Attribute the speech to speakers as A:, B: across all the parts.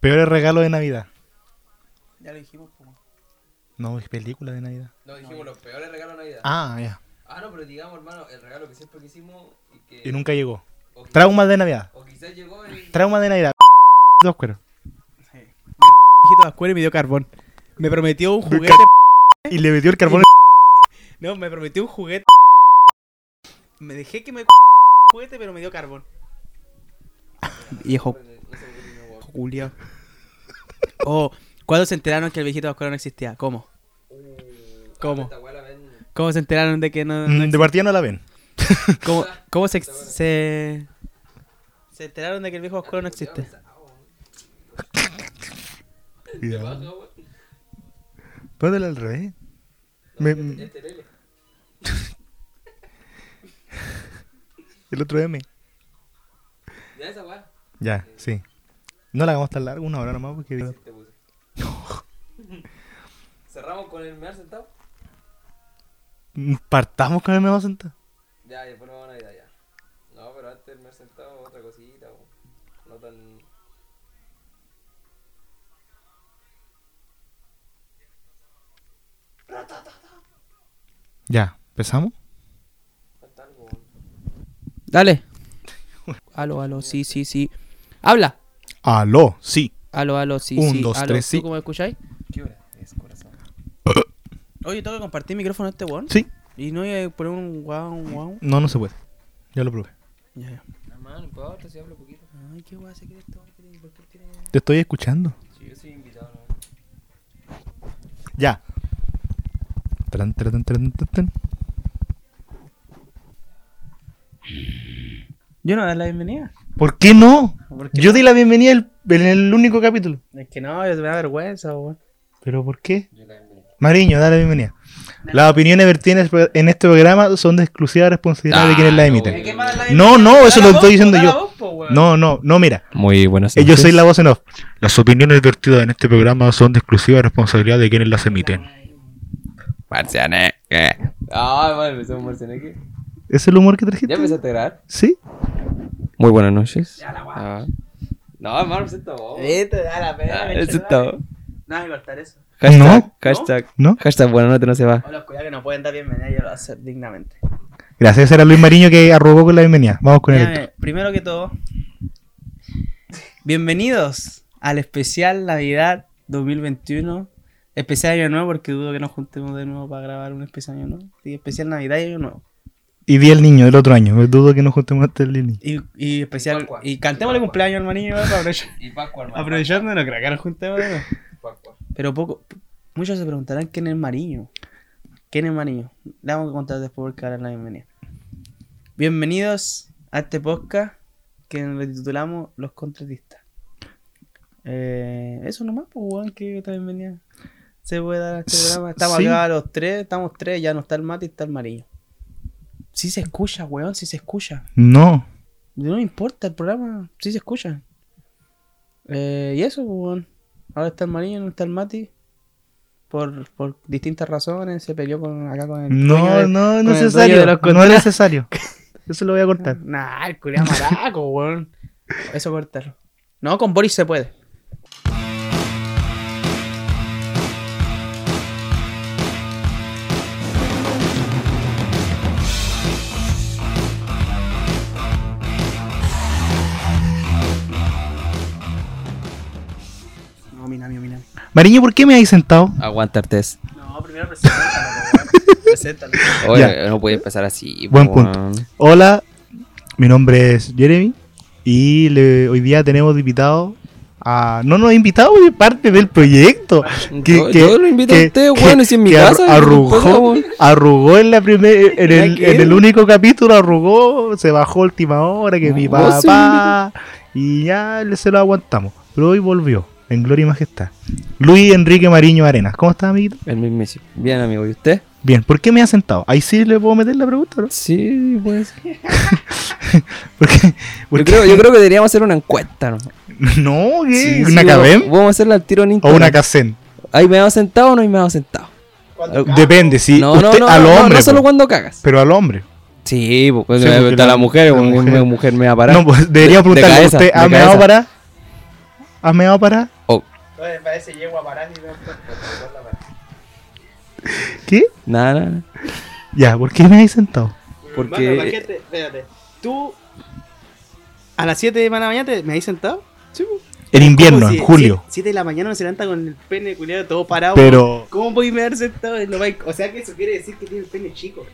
A: Peores regalos de Navidad.
B: Ya lo dijimos, po.
A: No, es película de Navidad.
C: No, dijimos los peores regalos de Navidad. Ah.
A: Ah, ya.
C: no, pero digamos, hermano, el regalo que siempre quisimos y que.
A: Y nunca llegó.
C: o qui-
A: Traumas de Navidad.
C: O quizás llegó el.
A: Traumas de Navidad. Dos cueros.
B: Sí. Me hijito de escuela y me dio carbón. Me prometió un juguete.
A: Y le metió el carbón.
B: No, me prometió un juguete. Me dejé que me juguete, pero me dio carbón. Viejo
C: No sé por qué tiene huevo.
B: culiao. Oh, ¿cuándo se enteraron que el viejito de escuela no existía? ¿Cómo?
C: Uh,
B: ¿Cómo?
C: esta hueá la ven-
B: ¿Cómo se enteraron de que no, no
A: Mm, De partida no la ven.
B: ¿Cómo, cómo se, se, se enteraron de que el viejo oscuro no existe?
C: Baja, hueón.
A: Póntela al revés.
C: No,
A: Me-
C: este- este lele.
A: El otro M.
C: Ya esa hueá.
A: Ya, sí. No la hagamos tan larga, una hora nomás, porque...
C: Sí, te puse. Cerramos con el mear sentado.
A: Mm, Partamos con el nuevo sentado.
C: Ya, y después nos vamos a Navidad ya. No, pero antes del mear sentado, otra cosita. hueón. No tan.
A: Ya, ¿empezamos?
C: Falta algo, hueón.
B: Dale. Aló, aló, sí, sí, sí. Habla.
A: Aló, sí.
B: Aló, aló, sí,
A: Un,
B: sí.
A: dos,
B: aló.
A: tres,
B: ¿Tú
A: sí.
B: cómo escucháis?
C: ¿Qué hora es, corazón?
B: Oye, tengo que compartir micrófono a este weón.
A: Sí.
B: Y no voy a poner un guau, un guau.
A: No, no se puede. Ya lo probé.
B: Ya, ya.
C: Hermano, no importa si pues, hablo poquito.
B: Ay, qué guau se quiere este weón que tiene- ¿Por qué tiene.?
A: Te estoy escuchando.
C: Si yo soy invitado, no.
A: Ya. Tran, tran, tran, tran, tran, tran.
B: Yo no voy a dar la bienvenida.
A: ¿Por qué no?
B: ¿Por qué
A: Yo di la bienvenida el- en el único capítulo.
B: Es que no, me da vergüenza, weón.
A: ¿Pero por qué? Mariño, dale bienvenida. Las opiniones vertidas en este programa son de exclusiva responsabilidad de quienes la emiten. Ah, No, no, eso lo estoy diciendo yo. No, no, no, mira.
D: Muy buenas
A: eh, Yo soy la voz en off. Las opiniones vertidas en este programa son de exclusiva responsabilidad de quienes las emiten.
C: Ah, vale, empezó un Marcianeque.
A: ¿Es el humor que trajiste?
C: ¿Ya empezaste a grabar?
A: Sí.
D: Muy buenas noches. Ah,
C: No, hermano, presenta vos.
D: Eh,
B: Vete, da la pena.
D: ah,
B: me
D: eso
B: chorrea.
D: es todo.
B: No, hay que cortar eso.
D: Hashtag,
A: No.
D: hashtag,
A: ¿No?
D: hashtag, buena nota no se va.
B: O los cuidados que no pueden dar bienvenida, yo lo voy a hacer dignamente.
A: Gracias, ese era Luis Mariño que arrobó con la bienvenida. Vamos con el
B: Dígame, primero que todo, bienvenidos al especial Navidad 2021. Especial Año Nuevo, porque dudo que nos juntemos de nuevo para grabar un especial Año Nuevo. Sí, especial Navidad y Año Nuevo.
A: Y vi el niño del otro año. Me dudo que nos juntemos hasta el niño.
B: Y, y especial.
C: Pascua.
B: Y cantémosle cumpleaños al maní para aprovechar-
C: Y Pascua, hermano.
B: aprovechando, no creo que nos juntemos de nuevo.
C: Pascua.
B: Pero poco, muchos se preguntarán quién es Mariño. ¿Quién es Mariño? Le vamos a contar después porque ahora es la bienvenida. Bienvenidos a este podcast que lo titulamos Los Contratistas. Eh, eso nomás, pues, weón, que esta bienvenida se puede dar a este
A: S-
B: programa. Estamos
A: sí.
B: acá los tres, estamos tres, ya no está el mate y está el Mariño. Si se escucha, weón, si se escucha.
A: No.
B: No me importa el programa, sí se escucha. Eh, y eso, pues, weón. Ahora está el Mariño, no está el Mati. Por, por distintas razones se peleó con, acá con el. dueño
A: No,
B: de-
A: no,
B: con
A: no
B: el
A: es necesario.
B: dueño de los
A: No es
B: contratos.
A: necesario. Eso lo voy a cortar.
B: Nah, el culiao maraco, weón. Eso cortarlo. No, con Boris se puede. No, Minami, Minami.
A: Mariño, ¿por qué me habéis sentado?
D: Aguantarte.
B: No, primero preséntalo, Preséntalo.
D: Oye, no puede empezar así.
A: Buen
D: po,
A: punto.
D: weón.
A: Hola, mi nombre es Jeremy y le- hoy día tenemos de invitado a... No nos invitado de parte del proyecto.
D: Ah, Yo- yo lo invito a usted, weón, si en mi
A: que
D: casa,
A: arru-
D: en el podcast,
A: Arrugó,
D: weón.
A: arrugó en, la primer, en,
D: Nada
A: el,
D: que
A: en
D: ver.
A: el único capítulo, arrugó, se bajó a última hora, que mi
D: Vos se
A: papá... Y ya le- se lo aguantamos. Pero hoy volvió, en gloria y majestad. Luis Enrique Mariño Arenas, ¿cómo estás, amiguito?
D: El mismísimo. Bien, amigo. ¿Y usted?
A: Bien, ¿por qué me ha sentado? Ahí sí le puedo meter la pregunta, ¿no?
D: Sí, pues.
A: ¿Por qué? ¿Por
D: Yo
A: qué?
D: creo, yo creo que deberíamos hacer una encuesta. ¿no?
A: No, ¿qué?
D: Sí, sí,
A: ¿Una cabem?
D: Vamos vamos a hacerla al tiro en
A: ¿O
D: Instagram.
A: una casen?
D: ¿Ahí me ha sentado o no ahí me ha sentado?
A: Depende, si
D: Ah, no,
A: usted,
D: no, no,
A: al
D: no,
A: hombre,
D: no, solo
A: po.
D: cuando cagas.
A: pero al hombre.
D: Sí, po, pues
A: Sí,
D: me
A: porque
D: gusta
A: la-
D: la mujer,
A: la
D: una
A: mujer.
D: mujer me va a parar.
A: No, pues, debería
D: De- de
A: preguntarle,
D: cabeza,
A: ¿usted ha
D: de
A: meado
D: cabeza.
A: para? ¿Has meado para?
C: Oh,
E: Entonces parece llego a parar y no por la parar.
A: ¿Qué?
C: nada, nada, nada.
A: Ya, ¿por qué me habéis sentado?
C: Porque-
B: Hermano, imagínate, espérate. Tú. A las 7 de la mañana te- me habéis sentado. Sí, po.
A: En invierno,
B: Como si-
A: en julio.
B: si- 7 de la mañana no se levanta con el pene culiado todo
D: Ah,
B: parado.
A: Pero.
B: ¿Cómo voy a mear sentado? No va a- O sea que eso quiere decir que tiene el pene chico.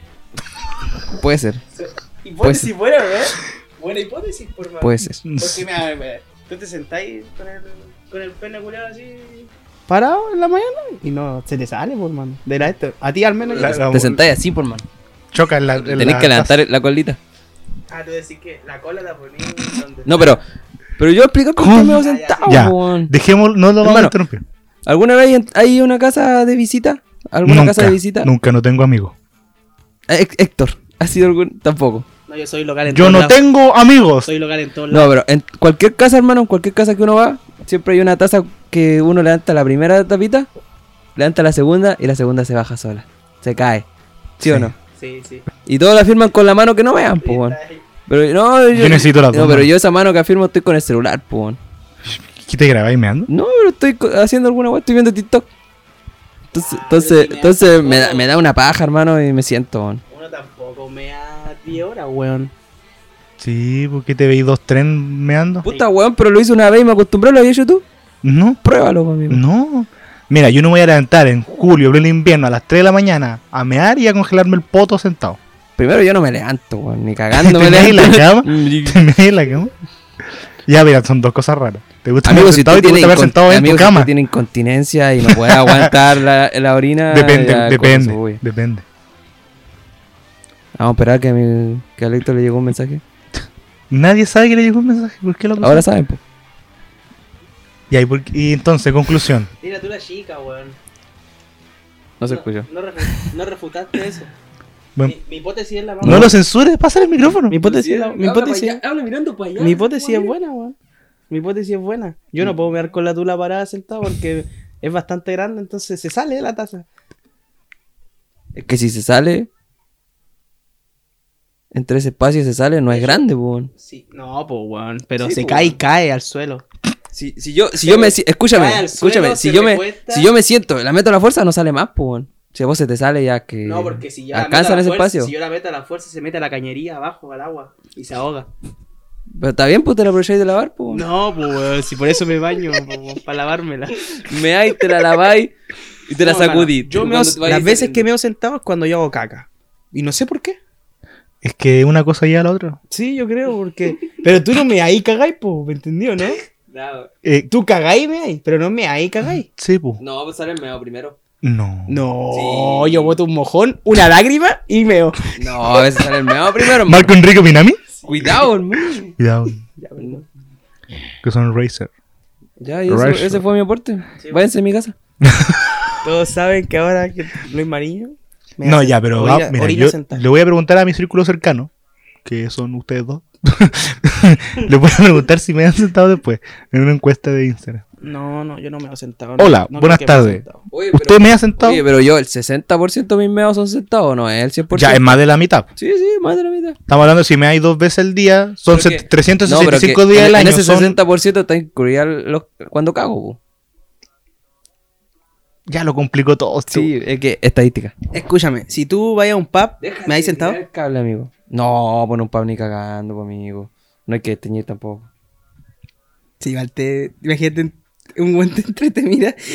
C: Puede ser,
A: Pues-
B: Hipótesis buena, ¿verdad? Buena hipótesis, por favor.
A: Pues-
C: puede ser.
B: Porque mira, mira, tú te sentáis con el, con el pene culiado así. Parado en la mañana y no se te sale, por mano. De la esto. A ti al menos.
A: La- la-
C: Te sentáis así, por man.
A: Choca en la. en
C: Tenés
A: la
C: que levantar la colita.
B: Ah, tú decís que la cola la poní donde.
C: No, pero. Pero yo explico por
A: ¿Cómo?
C: qué me
B: Ya,
C: he
B: ya,
C: sentado,
A: Ya.
C: po, weón.
A: Dejemos, Ah, no lo vamos a
C: Hermano,
A: interrumpir.
C: ¿Alguna vez en- hay una casa de visita? ¿Alguna
A: Nunca,
C: casa de visita?
A: nunca, no tengo amigos.
C: Eh, Hé- Héctor, ¿ha sido algún.? Tampoco.
B: No, yo soy local en
A: Yo
B: todos
A: no
B: lados.
A: tengo amigos.
B: Soy local en todos lados.
C: No, pero en cualquier casa, hermano, en cualquier casa que uno va, siempre hay una taza que uno levanta la primera tapita, levanta la segunda y la segunda se baja sola. Se cae. ¿Sí, o
A: Sí.
C: no?
B: Sí, sí.
C: Y todos la firman con la mano que no vean, pues, Pero no, yo,
A: Yo necesito las
C: No,
A: dos
C: pero
A: manos.
C: yo esa mano que afirmo estoy con el celular, pues. weón.
A: ¿Qué te grabáis meando?
C: No, pero estoy co- haciendo alguna weá, estoy viendo TikTok. Entonces,
B: Ah,
C: entonces,
B: pero si me
C: entonces
B: hace
C: me, da,
B: todo.
C: me da una paja, hermano, y me siento, weón.
B: Uno tampoco me ha 10 horas, weón.
A: Sí, ¿por qué te veis dos tren meando?
C: Puta weón, pero lo hice una vez y me acostumbré, lo vi en YouTube.
A: No,
C: Pruébalo conmigo.
A: no. Mira, yo no me voy a levantar en julio, pleno invierno, a las 3 de la mañana, a mear y a congelarme el poto sentado.
C: Primero yo no me levanto, weón, ni cagando me
A: ¿Te meas en
C: levanto.
A: la cama?
C: Mm,
A: ¿Te meas en la cama? Ya, mira, son dos cosas raras. ¿Te gusta
C: Amigo,
A: mear
C: si
A: sentado
C: usted
A: y te gusta
C: tiene,
A: mear
C: incon-
A: sentado en
C: amigo,
A: tu
C: si
A: cama?
C: usted tiene incontinencia y no puede aguantar la, la orina.
A: Depende,
C: ya,
A: depende,
C: con eso, uy.
A: depende.
C: Vamos a esperar que, a mi- que a Héctor le llegó un mensaje.
A: Nadie sabe que le llegó un mensaje. ¿Por qué lo
C: Ahora saben, po.
A: Ya, y, por- y entonces, conclusión.
B: Mira tú la chica, weón.
C: No se escuchó.
B: No, refu- no refutaste eso.
A: Bueno,
B: Mi, mi hipótesis es la
A: no, lo censures, pasa el micrófono.
B: Mi hipótesis, es la- mi hipótesis,
C: mirando para allá.
B: mi hipótesis es buena, weón. Mm. Mi hipótesis es buena. Yo no puedo mear con la tula parada sentada porque es bastante grande, entonces se sale de la taza.
C: Es que si se sale. En tres espacios se sale, no es grande, po, weón.
B: Sí, no, pues weón, pero
C: Sí,
B: se
C: po,
B: cae y
C: weón.
B: cae al suelo.
C: Si, si yo, si yo me. si- escúchame,
B: cae al suelo,
C: escúchame.
B: se
C: Si yo, me,
B: recuesta.
C: si yo me siento, la meto a la fuerza, no sale más, pues. Si a vos se te sale ya que.
B: No, porque si yo la meto a
C: Alcanzan
B: la
C: ese
B: fuerza-
C: espacio.
B: Si yo la meto a la fuerza, se mete a la cañería abajo al agua y se ahoga.
C: Pero está bien, pues te la aprovecháis de lavar, pues.
B: No, pues weón, si por eso me baño, para lavármela.
C: Me hay, te la laváis y te la
B: No, hermano,
C: sacudís.
B: yo meo-
C: Cuando te vayas
B: las veces
C: saliendo.
B: que meo sentado es cuando yo hago caca. Y no sé por qué.
A: Es que una cosa lleva a la otra.
B: Sí, yo creo, porque. Pero tú no me ahí cagáis, po, ¿me entendió, no?
A: Eh,
B: Tú cagáis me ahí, pero no me ahí cagáis.
A: sí, po.
C: No, pues sale el meo primero.
A: No.
B: No, yo boto un mojón, una lágrima y meo.
C: No, a veces sale el meo primero. hermano.
A: Marco Enrique Minami.
C: Cuidado, hermano.
A: Cuidado,
B: Ya,
C: pues,
B: perdón.
A: que son Razer.
C: Ya, y eso-
A: Right,
C: ese
A: sure.
C: fue mi aporte. Váyanse a mi casa.
B: Todos saben que ahora que Luis Mariño. me
A: No,
B: hace
A: ya, pero
B: orina-
A: va- mira,
B: orina
A: yo
B: sentada.
A: le voy a preguntar a mi círculo cercano, que son ustedes dos. le voy a preguntar si me han sentado después en una encuesta de Instagram.
B: No, no, yo no me he sentado. no.
A: Hola,
B: No creo
A: buenas
B: que me haya
A: tardes.
B: sentado.
C: Oye, pero,
A: ¿Usted me ha sentado?
C: oye, pero yo, el 60% de mis meos son sentados, no es el 100%.
A: Ya, es más de la mitad.
C: Sí, sí, más de la mitad.
A: Estamos hablando si me hay dos veces al día, son
C: Pero que-
A: set- 365
C: no, pero que
A: días
C: en-
A: al año.
C: En ese
A: son-
C: 60% está incluida los- cuando cago. po.
A: Ya lo complicó todo.
C: Sí, es que estadística.
B: Escúchame, si tú vas a un pub, ¿me has sentado?
C: El cable, amigo. No, pon un pub ni cagando, po, amigo. No hay que teñir tampoco.
B: Sí, Valte, imagínate un buen te entre te mira.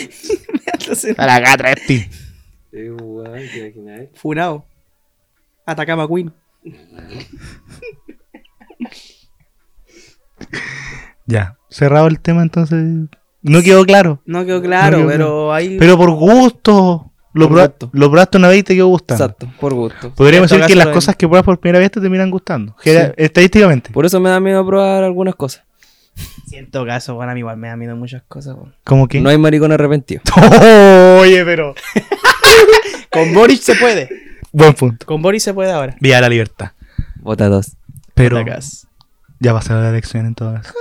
B: me hace hacer
A: A la gatra, este.
B: Funao. Atacama Queen.
A: Ya, cerrado el tema entonces. No quedó claro.
B: No quedó claro,
A: No quedó
B: pero hay.
A: Pero por gusto. Lo,
C: Por
A: proba-
C: gusto.
A: lo probaste una vez y te quedó gustando.
C: Exacto, por gusto.
A: Podríamos
B: En todo
A: decir que
B: caso,
A: las
B: en-
A: cosas que pruebas por primera vez te terminan gustando. Gera- Estadísticamente.
C: Por eso me da miedo probar algunas cosas.
B: Siento caso, bueno, a mí igual me da miedo muchas cosas, weón.
A: ¿Cómo que?
C: No hay maricón arrepentido.
A: Oye, pero.
B: Con Boris se puede.
A: Buen punto.
B: Con Boris se puede ahora.
A: Vía a la libertad.
C: Bota dos.
A: Pero.
B: Butacas.
A: Ya pasó la elección entonces.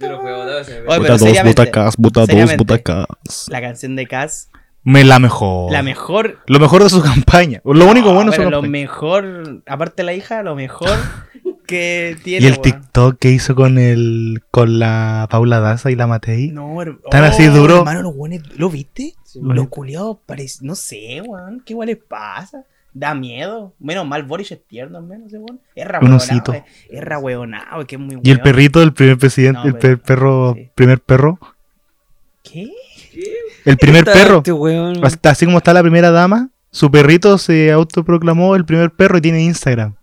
E: Yo lo juego dos veces.
B: Oye, pero seriamente,
A: butacas,
B: seriamente.
A: butacas.
B: La Ah, canción de Cass
A: Me la mejor.
F: La mejor
A: Lo mejor de su campaña. Oh. Lo único bueno es su
F: pero lo
A: campaña.
F: mejor, aparte de la hija, lo mejor que tiene.
A: Y el
F: weón.
A: TikTok que hizo con el con la Paula Daza y la Matei.
F: No, her- oh,
A: Tan así duro.
F: Hermano, los buenos, ¿lo viste?
E: Sí,
F: los culiados parecen. No sé, weón. ¿Qué igual les pasa? Da miedo. Menos mal, Boris es tierno, al menos, ese weón. Es
A: osito.
F: rahueonado. Es rahueonado, es que es muy
A: y el
F: weón.
A: perrito del primer presidente,
F: No,
A: el
F: pero-
A: per- perro,
F: sí.
A: primer perro,
F: ¿Qué?
A: el primer perro.
C: Este weón.
A: Hasta así como está la primera dama, su perrito se autoproclamó el primer perro y tiene Instagram.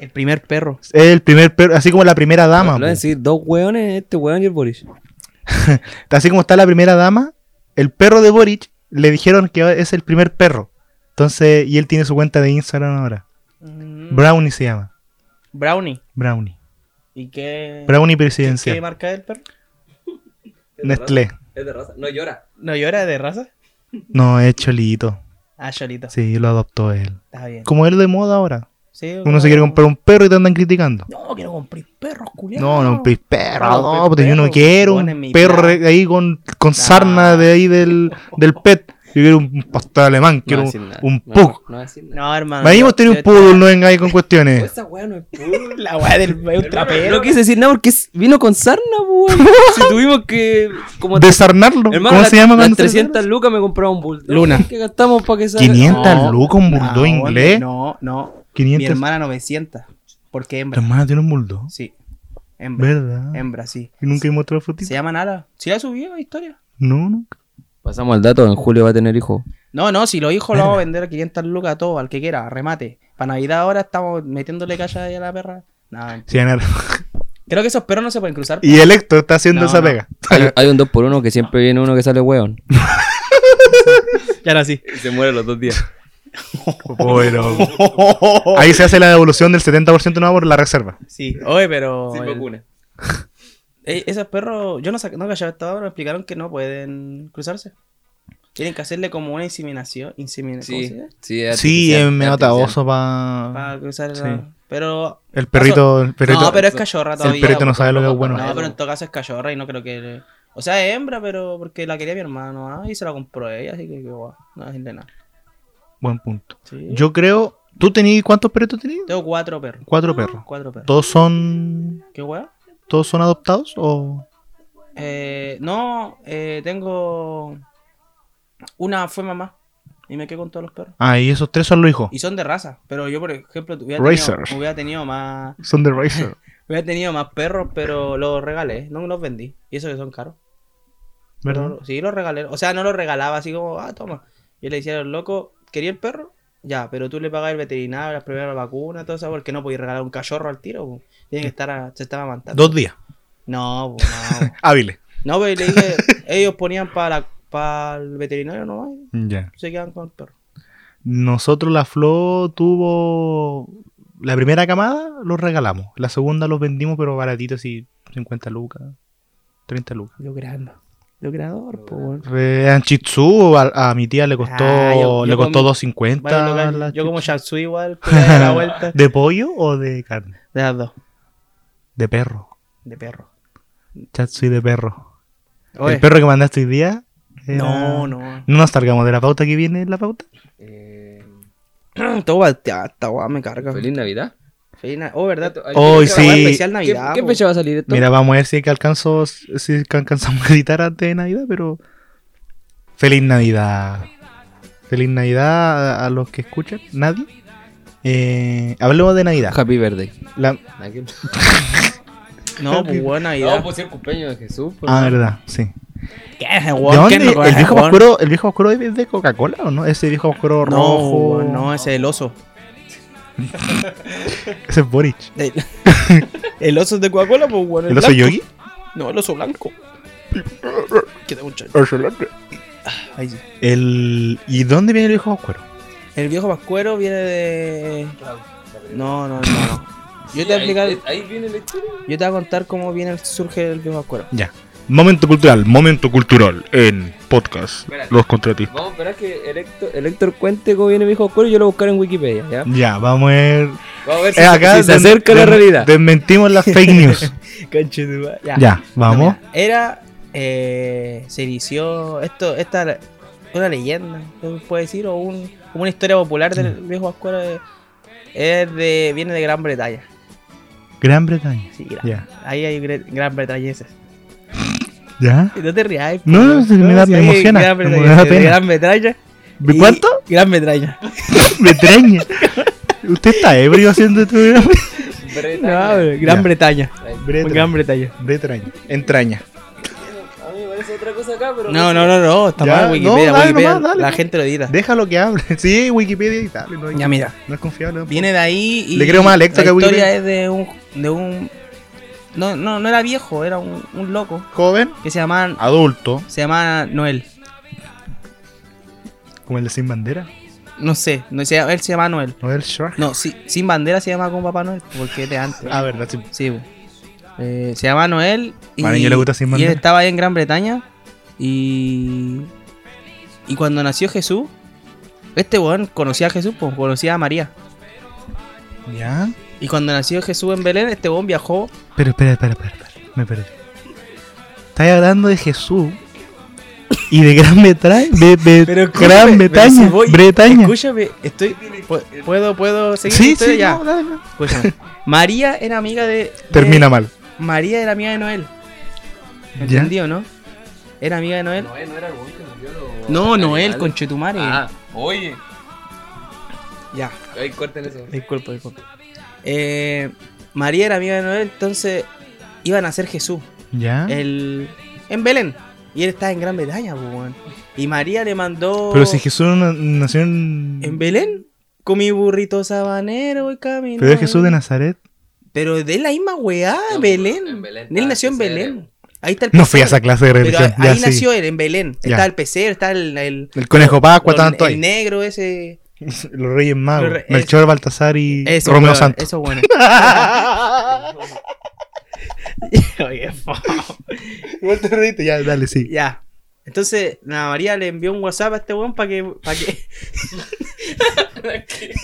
F: El primer perro.
A: Es el primer perro, así como la primera dama. pues.
C: Lo van a
A: po.
C: decir dos weones, este weón y el Boris.
A: Así como está la primera dama, el perro de Boric le dijeron que es el primer perro. Entonces, y él tiene su cuenta de Instagram ahora.
F: Mm,
A: Brownie se llama.
F: Brownie.
A: Brownie.
F: ¿Y qué?
A: Brownie
F: ¿Qué
A: presidencial.
F: marca es el perro?
E: Es de
A: Nestlé.
E: raza, Es de raza. No llora.
F: ¿No llora de raza?
A: No, es Cholito.
F: Ah, Cholito.
A: Sí, lo adoptó él.
F: Está bien.
A: Como es de moda ahora.
F: Sí,
A: Uno se quiere
F: como-
A: comprar un perro y te andan criticando.
F: No, quiero comprar perros, culiados.
A: No, no, un perro,
F: No,
A: no,
F: pues,
A: porque yo no
F: perro,
A: quiero
F: pone
A: un
F: mi
A: perro
F: plan.
A: ahí con, con sarna de ahí del, del pet. Yo quiero un pastor alemán, quiero
C: va a decir
A: un,
C: nada.
A: un
C: No,
A: pug.
C: No va a decir nada.
F: No, hermano.
B: Ah,
A: Venimos a
F: yo-
A: tener
F: yo-
A: un poodle, no venga ahí con cuestiones.
C: Esa weá no es
F: La weá del un trapero.
C: No quise decir nada porque es- vino con sarna, weón. si tuvimos que. Como
A: Desarnarlo.
C: Hermano,
A: ¿Cómo
C: la-
A: se llama
C: las
A: cuando se
C: 300 lucas me compraba un bulldog.
B: Luna.
C: ¿Qué gastamos para que salga?
A: 500
B: No,
A: lucas, un bulldog
B: no,
A: inglés.
B: Ah, No, no. Mi
A: 500.
B: hermana 900. Porque
A: Tu
B: hembra.
A: hermana tiene un bulldog.
B: Sí. Hembra.
A: ¿Verdad?
B: Hembra, sí.
A: ¿Y nunca hemos mostrado
B: Se
A: fotito?
B: llama Nala. Si la subió la historia.
A: No, nunca.
C: Pasamos al dato, en julio va a tener hijo.
B: No, no, si los hijos lo vamos a vender a 500 lucas a todo, al que quiera, remate. Para Navidad ahora estamos metiéndole calle ahí a la perra. No,
A: Sí, ganar.
B: creo que esos perros no se pueden cruzar.
A: Y el Héctor está haciendo
B: No,
A: esa
B: no.
A: pega.
C: Hay, hay un 2 por 1 que siempre viene uno que sale weón.
B: Ya ahora sí.
C: Y se muere los dos días.
A: Bueno. Ahí se hace la devolución del 70% no por la reserva.
B: Sí. Oye, pero.
E: Sin
B: el-
E: vacuna.
B: Ey, esos perros, yo no, sa- no cachaba esta hora, me explicaron que no pueden cruzarse. Tienen que hacerle como una inseminación. Inseminación.
C: Sí, sí, es
A: Sí, eh,
C: artificial,
A: es medio
C: artificial.
A: ataboso para...
B: Para cruzar
A: Ah, Sí.
B: la- Pero.
A: El perrito, el perrito.
B: no, pero es cachorra todavía.
A: el perrito no sabe lo que es bueno.
B: No, pero en todo caso es cachorra y no creo que. O sea, es hembra, pero porque la quería mi hermano ah, y se la compró ella, así que, que guau, no es de nada.
A: Buen punto.
B: Sí.
A: Yo creo. ¿Tú tenías cuántos perritos tenías?
B: Tengo cuatro perros.
A: Cuatro perros.
B: Cuatro perros.
A: ¿Todos son.
B: ¿Qué hueá?
A: ¿Todos son adoptados? O.
B: Eh, no, eh, tengo. Una fue mamá y me quedé con todos los perros.
A: Ah, y esos tres son los hijos.
B: Y son de raza, pero yo, por ejemplo, hubiera
A: Racer.
B: tenido, hubiera tenido más.
A: Son de Racer.
B: Hubiera tenido más perros, pero los regalé, no los vendí. Y eso que son caros.
A: ¿Verdad?
B: Pero sí, los regalé. O sea, no los regalaba así como, ah, toma. Yo le decía a los locos, ¿quería el perro? Ya, pero tú le pagas el veterinario, las primeras vacunas, todo eso, porque no podías regalar un cachorro al tiro. po. Tiene que estar, a- se estaba amantando.
A: Dos días.
B: No, po, no. po.
A: Hábiles.
B: No, pero le dije, ellos ponían para, la- para el veterinario nomás, y
A: Ya.
B: se quedan con el perro.
A: Nosotros la Flo tuvo. La primera camada los regalamos. La segunda los vendimos, pero baratitos, así 50 lucas, 30 lucas.
F: Logrando. Logrador, po, weón.
A: Rean Chitsu a, a mi tía le costó
B: Ah, yo- yo
A: le costó
B: comí-
A: 250
B: Vale, local,
A: la
B: yo como
A: Shih
B: Shatsu igual, pero a la vuelta.
A: Tzu. ¿De pollo o de carne?
B: De las dos,
A: De perro.
B: de perro.
A: Chatsui de perro.
B: Oye.
A: El perro que mandaste hoy día. era-
B: No, no.
A: No nos salgamos de la pauta que viene en la pauta.
E: Eh,
B: Todo guateado, esta weá me carga.
C: Feliz Navidad.
B: Feliz Nav- Oh, ¿verdad?
E: Ay,
A: Hoy
E: ¿qué
B: Esta weá
A: sí.
B: especial
C: ¿Qué,
B: Navidad.
C: qué
B: po.
C: fecha va a salir esto?
A: Mira, vamos a ver si que alcanzo, si que alcanzamos a editar antes de Navidad, pero. Feliz Navidad. Feliz Navidad a, a los que escuchan, nadie. Eh, hablemos de Navidad.
C: Happy Birthday.
A: La-
B: Pues
C: Ah, que-
B: No, pues buena
E: No,
B: idea.
E: pues sí, el cumpleaños de Jesús. pues.
A: ah, verdad, sí.
B: ¿Qué es,
A: ¿De
B: weón?
A: dónde?
B: ¿Qué es,
A: ¿El viejo
B: weón?
A: oscuro, el viejo oscuro es de Coca-Cola o no? Ese viejo oscuro
B: No,
A: rojo.
B: weón, no, ese es el oso.
A: Ese es Boric.
B: El, el oso es de Coca-Cola, pues weón.
A: ¿El oso
B: blanco.
A: Yogi?
B: No, el oso blanco. Queda un chacho. Ahí sí.
A: El... ¿Y dónde viene el viejo oscuro?
B: El viejo pascuero viene de. No, no, no. no. Yo te voy a
E: Ahí,
B: explicar.
E: ahí- ahí viene la historia.
B: Yo te voy a contar cómo viene el- surge el viejo pascuero.
A: Ya. Momento cultural, momento cultural en podcast.
E: Espérate.
A: Los contratistas.
E: Vamos a esperar que el Héctor.
C: El Héctor cuente cómo viene mi hijo oscuro y yo lo buscaré en Wikipedia, ¿ya?
A: Ya, vamos a ver.
E: Vamos a ver si.
A: Eh, acá
C: si se
A: des-
C: acerca la
A: des-
C: realidad.
A: Desmentimos las fake news.
B: Conche tu madre.
A: ya, vamos.
B: Era. eh, se inició. Esto, esta, una leyenda, se puede decir, o un, como una historia popular del
A: Mm.
B: viejo escuela de- es de, viene de Gran Bretaña.
A: Gran Bretaña.
B: Sí, gran-
A: Ya.
B: Ahí hay gre- Gran Bretañeses.
A: ¿Ya?
B: No te rías.
A: No,
B: po,
A: sí, me da-
B: si
A: me
B: hay
A: emociona,
B: Gran
A: me
B: Bretaña,
A: da
B: de
A: pena.
B: Gran Bretaña.
A: ¿De
B: y-
A: cuánto?
B: Gran Bretaña.
A: Bretaña. Usted está ebrio haciendo este tu
B: No,
E: Bretaña.
B: Gran
A: Ya.
B: Bretaña.
A: Bretaña.
B: Gran Bretaña.
A: Bretaña. Entraña.
E: A mí me parece otra cosa acá, pero.
B: No, no, no, no, está
A: Ya,
B: mal Wikipedia,
A: no, dale
B: Wikipedia,
A: nomás, dale,
B: la
A: nomás.
B: gente lo edita.
A: Déjalo que hable. Sí, Wikipedia y tal. No, hay-
B: Ya mira,
A: no es confiable. tampoco.
B: viene de ahí y
A: Le creo más a Alexa
B: la
A: que a
B: historia
A: Wikipedia.
B: es de un de un no, no, no era viejo, era un, un loco
A: Joven,
B: que se llamaba
A: adulto,
B: se llamaba Noel.
A: como el de Sin Bandera.
B: No sé, no sé, él se llama Noel.
A: No es el Shrek.
B: No, sí, sin bandera se llama como Papá Noel, porque es de antes.
A: Ah, verdad, sí.
B: Sí, bo. Eh, se llama Noel y,
A: Al niño le gusta sin
B: y él
A: bandera.
B: estaba ahí en Gran Bretaña y y cuando nació Jesús, este weón conocía a Jesús, pues conocía a María.
A: Ya.
B: Y cuando nació Jesús en Belén, este weón viajó.
A: Pero espera, espera, espera, espera. Me perdí. Estás hablando de Jesús. Y de Gran Bretaña. De, de Gran Bretaña. Bretaña.
B: Escúchame, estoy.
E: Pues,
B: pu- ¿Puedo, puedo seguir?
A: sí,
B: ustedes?
A: sí,
B: ya.
A: no, dale, no.
B: Escúchame. María era amiga de. de-
A: Termina mal.
B: María era amiga de Noel.
A: Ya.
B: ¿Entendido, no? Era amiga de Noel.
E: Noel no era el buen que murió los.
B: No, Noel,
E: animales.
B: conchetumare.
E: Ah, oye.
B: Ya.
E: Ay, corten eso.
B: Disculpa, disculpa. Eh, María era amiga de Noel, entonces iban a ser Jesús.
A: Ya.
B: Eh, El, en Belén. Y él estaba en Gran Bretaña, pues, weón. Y María le mandó.
A: Pero si Jesús na- nació en.
B: oh. En Belén. Con mi burrito sabanero voy caminando.
A: Pero es Jesús de Nazaret.
B: Pero de la misma weá,
E: No,
B: Belén.
E: en Belén
B: Él
E: está
B: nació en
E: el PCR,
B: Belén. Ahí está el
A: No fui a esa
B: pesebre.
A: clase de
B: Pero
A: religión. ya,
B: ahí
A: sí.
B: nació él, en Belén.
A: Ya.
B: Está el pesebre, está el, el,
A: El conejo Pascua,
B: los-
A: tanto
B: el
A: ahí.
B: negro ese.
A: Los Reyes Magos.
B: Los re-
A: Melchor, Baltasar y
B: Eso,
A: Romeo
B: weón,
A: Santos.
B: Eso bueno. Oye, po.
A: Igual te reíste, ya, dale, sí.
B: ya. Entonces, la María le envió un WhatsApp a este weón para que. Pa que...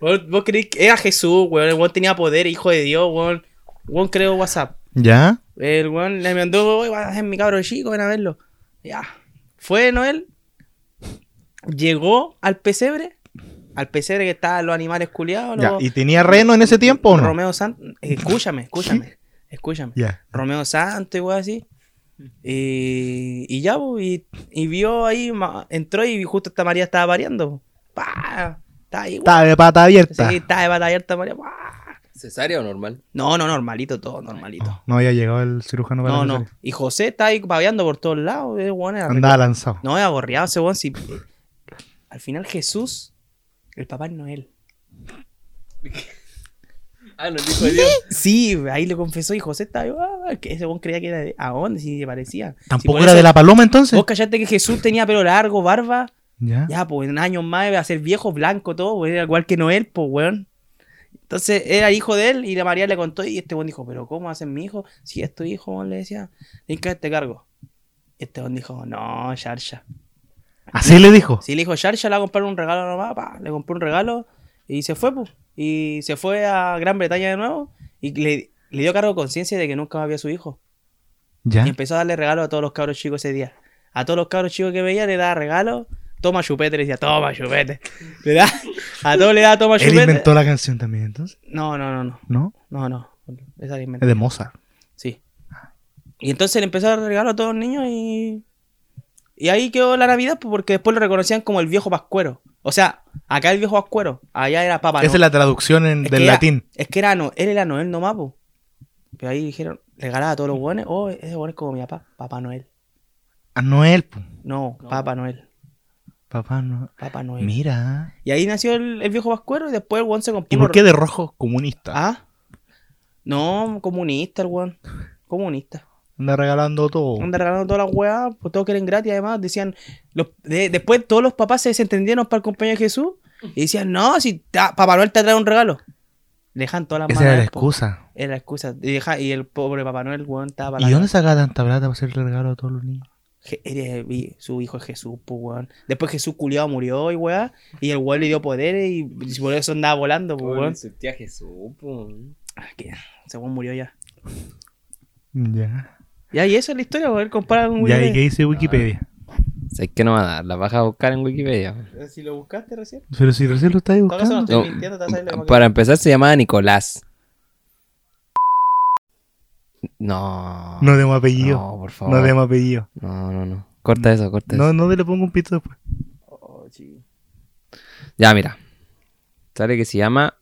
B: ¿Vos, vos creís que era Jesús, weón. El weón tenía poder, hijo de Dios, weón. Weón creó WhatsApp.
A: ¿Ya?
B: El weón le mandó, "Oye, vas a ser mi cabro chico, ven a verlo. Ya. Fue Noel. Llegó al pesebre. Al pesebre que estaban los animales culiados.
A: ya.
B: los-
A: ¿Y tenía reno en ese tiempo o no?
B: Romeo Santos. Escúchame, escúchame. Escúchame.
A: Ya.
B: Romeo Santos y weón así. Y, y ya, po, y, y vio ahí, ma- entró y justo esta María estaba variando. po. Pa, Estaba ahí,
A: Está de pata abierta.
B: weón. Sí, estaba de batalla alta María. pa.
E: ¿Cesárea o normal?
B: No, no, normalito, todo normalito.
A: No, no había llegado el cirujano para
B: No,
A: la
B: no.
A: cesárea.
B: Y José está ahí babeando por todos lados. eh, weón, era
A: Andaba
B: reco-
A: lanzado.
B: No, es aborreado ese weón. si- Al final Jesús, el papá es Noel.
E: Ah, no, el hijo de Dios.
B: Sí, ahí lo confesó y José estaba ahí, "Ah", que ese weón creía que era de... ¿A dónde? Si le parecía.
A: ¿Tampoco
B: por
A: era
B: eso-
A: de la paloma entonces?
B: Vos callaste que Jesús tenía pelo largo, barba.
A: ¿Ya?
B: Ya, pues en años más iba a ser viejo, blanco, todo. pues, era igual que Noel, pues weón. Entonces era hijo de él y la María le contó y este weón dijo, pero ¿cómo hacen mi hijo? Si es tu hijo, weón, le decía, tienes que este cargo. Y este weón dijo, no, Sharsha.
A: Así le dijo.
B: Sí, le dijo Sharsha, le va a comprar un regalo nomás, pa, le compró un regalo y se fue, pues. Y se fue a Gran Bretaña de nuevo y le, le dio cargo de conciencia de que nunca había su hijo.
A: ¿Ya?
B: Y empezó a darle regalos a todos los cabros chicos ese día. A todos los cabros chicos que veía le daba regalos. Toma chupete, le decía, toma chupete. Le da, a todos le daba toma
A: Él
B: chupete.
A: inventó la canción también entonces,
B: No, no, no, no,
A: ¿no?
B: no, no. Esa la inventó.
A: Es de Mozart.
B: Sí. Y entonces le empezó a regalar a todos los niños y. Y ahí quedó la Navidad, pues, porque después lo reconocían como el viejo Pascuero. O sea, acá el viejo Pascuero, allá era Papá
A: Esa es
B: Noel.
A: la traducción en-
B: Es que
A: del
B: era-
A: latín.
B: Es que era no, él era Noel nomás, pues. Pero ahí dijeron, regalaba a todos los buenos. Oh, ese bueno es como mi papá, Papá Noel.
A: A Noel, po.
B: No, Papá Noel,
A: Papá no.
B: Papá Noel.
A: Mira.
B: Y ahí nació el, el viejo Pascuero y después el weón se compró.
A: ¿Y por
B: unos-
A: qué de rojo comunista?
B: ¿Ah? No, comunista el weón. Comunista.
A: Anda regalando todo.
B: Anda regalando todas las weas, pues todos quieren gratis. Además, decían, los, de- después todos los papás se desentendieron para el compañero de Jesús y decían, no, si ta- Papá Noel te trae un regalo. Le dejan todas las
A: Esa
B: manos.
A: era la
B: po.
A: excusa.
B: Era la excusa. Y, deja- y el pobre Papá Noel, weón, estaba para
A: ¿Y dónde sacaba tanta plata para hacerle regalo a todos los niños?
B: Je- era- vi- Su hijo es Jesús, pues, weón. Después Jesús culiado murió y weá. Y el weón le dio poderes y y por eso andaba volando, pues,
E: Pobre,
B: weón.
E: su tía Jesús, po.
B: Ah, que- Ese weón murió ya.
A: Ya.
B: Ya, y esa es la historia, weón. Compara con
A: Ya, ¿y
B: Willy
A: qué dice Wikipedia?
C: Sé que no va a dar, la vas a buscar en Wikipedia. weón.
B: Eh, Si lo buscaste recién.
A: Pero si recién lo estáis
B: Todo caso, no
A: buscando.
B: estoy mintiendo, te vas a salir la
C: No, para empezar se llamaba Nicolás. No.
A: No demos apellido.
C: No, por favor.
A: No demos apellido.
C: No, no, no. Corta eso, corta
A: No,
C: eso.
A: no le pongo un pito después.
B: Oh, chico.
C: Ya, mira. Sale que se llama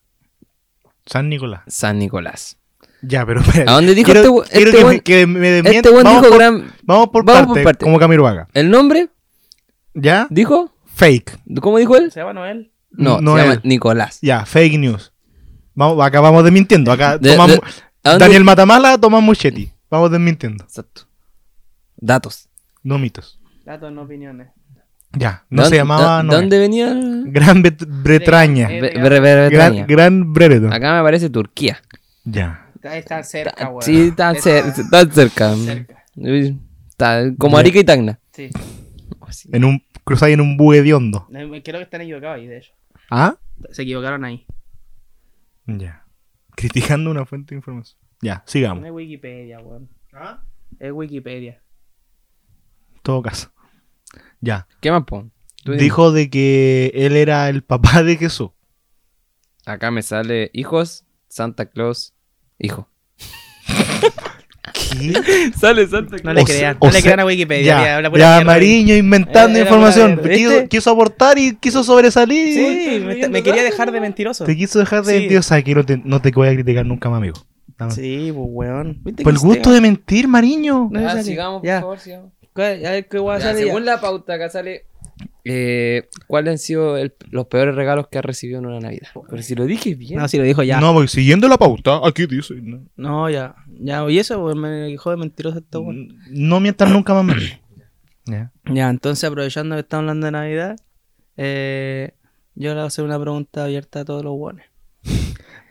A: San Nicolás.
C: San Nicolás.
A: Ya, pero espérate.
C: ¿A dónde dijo
A: Quiero-
C: este we-
A: quiero
C: este
A: que,
C: weón-
A: me, que me desmienta.
C: Este buen
A: vamos,
C: dijo
A: por,
C: gran.
A: vamos por
C: vamos
A: parte,
C: por parte.
A: como Camilo Vaga.
C: ¿El nombre?
A: ¿Ya?
C: ¿Dijo?
A: Fake.
C: ¿Cómo dijo él?
B: ¿Se llama Noel?
C: No,
A: No
C: se
A: él.
C: llama Nicolás.
A: Ya, fake news. Vamos, acá vamos desmintiendo. Acá
C: De-
A: tomamos,
C: de- ¿A dónde-
A: Daniel Matamala, Tomás Muchetti. Vamos desmintiendo.
C: Exacto. Datos.
A: No mitos.
B: Datos, no opiniones.
A: Ya, no
C: ¿Dónde-
A: se llamaba.
C: dó-
A: no.
C: ¿Dónde venía?
A: Gran Bet- Bretaña.
B: Eh,
C: Bre- Bre- Bre-
A: Gran,
C: Bretaña.
A: gran Brereton.
C: Acá me aparece Turquía.
A: Ya.
B: Ahí están cerca, weón.
C: Sí, tan, cer- tan cerca.
B: Cerca.
C: Uy, está- como Arica y Tacna. Oh,
B: Sí.
C: Así.
A: En un, cruzáis en un búho de hondo.
B: No, Creo que están equivocados ahí, de hecho.
A: ¿Ah?
B: Se equivocaron ahí.
A: Ya. Criticando una fuente de información. Ya, sigamos.
B: No es Wikipedia, weón.
A: ¿Ah?
B: Es Wikipedia.
A: En todo caso. Ya.
C: ¿Qué más pon? Tú dime.
A: Dijo de que él era el papá de Jesús.
C: Acá me sale hijos, Santa Claus, hijo.
A: ¿Qué?
C: sale Santa
B: No le
A: O
B: crean,
A: se- o
B: no le
A: se-
B: crean a Wikipedia.
A: ya,
B: mira, la
A: ya,
B: pura mierda. Eh,
A: Mariño inventando
B: Era- era
A: información.
B: pura mierda.
A: Quiso,
B: ¿Viste?
A: quiso aportar y quiso sobresalir.
B: Sí, me, está- me quería dejar de mentiroso.
A: Te quiso dejar de
B: Sí.
A: mentir. O sea, que no te, no te voy a criticar nunca más, amigo. Nada más.
B: Sí, pues, weón. ¿Viste
A: Por el
B: que
A: gusto
B: se-
A: de mentir, Mariño.
B: No, sale. Ya.
C: favor, sigamos.
B: ¿Cuál- A ver qué weón
C: Ya,
B: sale.
C: según la pauta, acá sale. eh, ¿Cuáles han sido el- los peores regalos que has recibido en una Navidad? Pero si lo dije bien.
B: No, si lo dijo ya.
A: No, voy siguiendo la pauta. Aquí dice. No,
B: No, ya. Ya, y eso, weón, me dejó de mentiroso este weón.
A: no mientas nunca más, Mariño. Ya.
B: Ya, entonces aprovechando que estamos hablando de Navidad, eh, yo le voy a hacer una pregunta abierta a todos los buenos.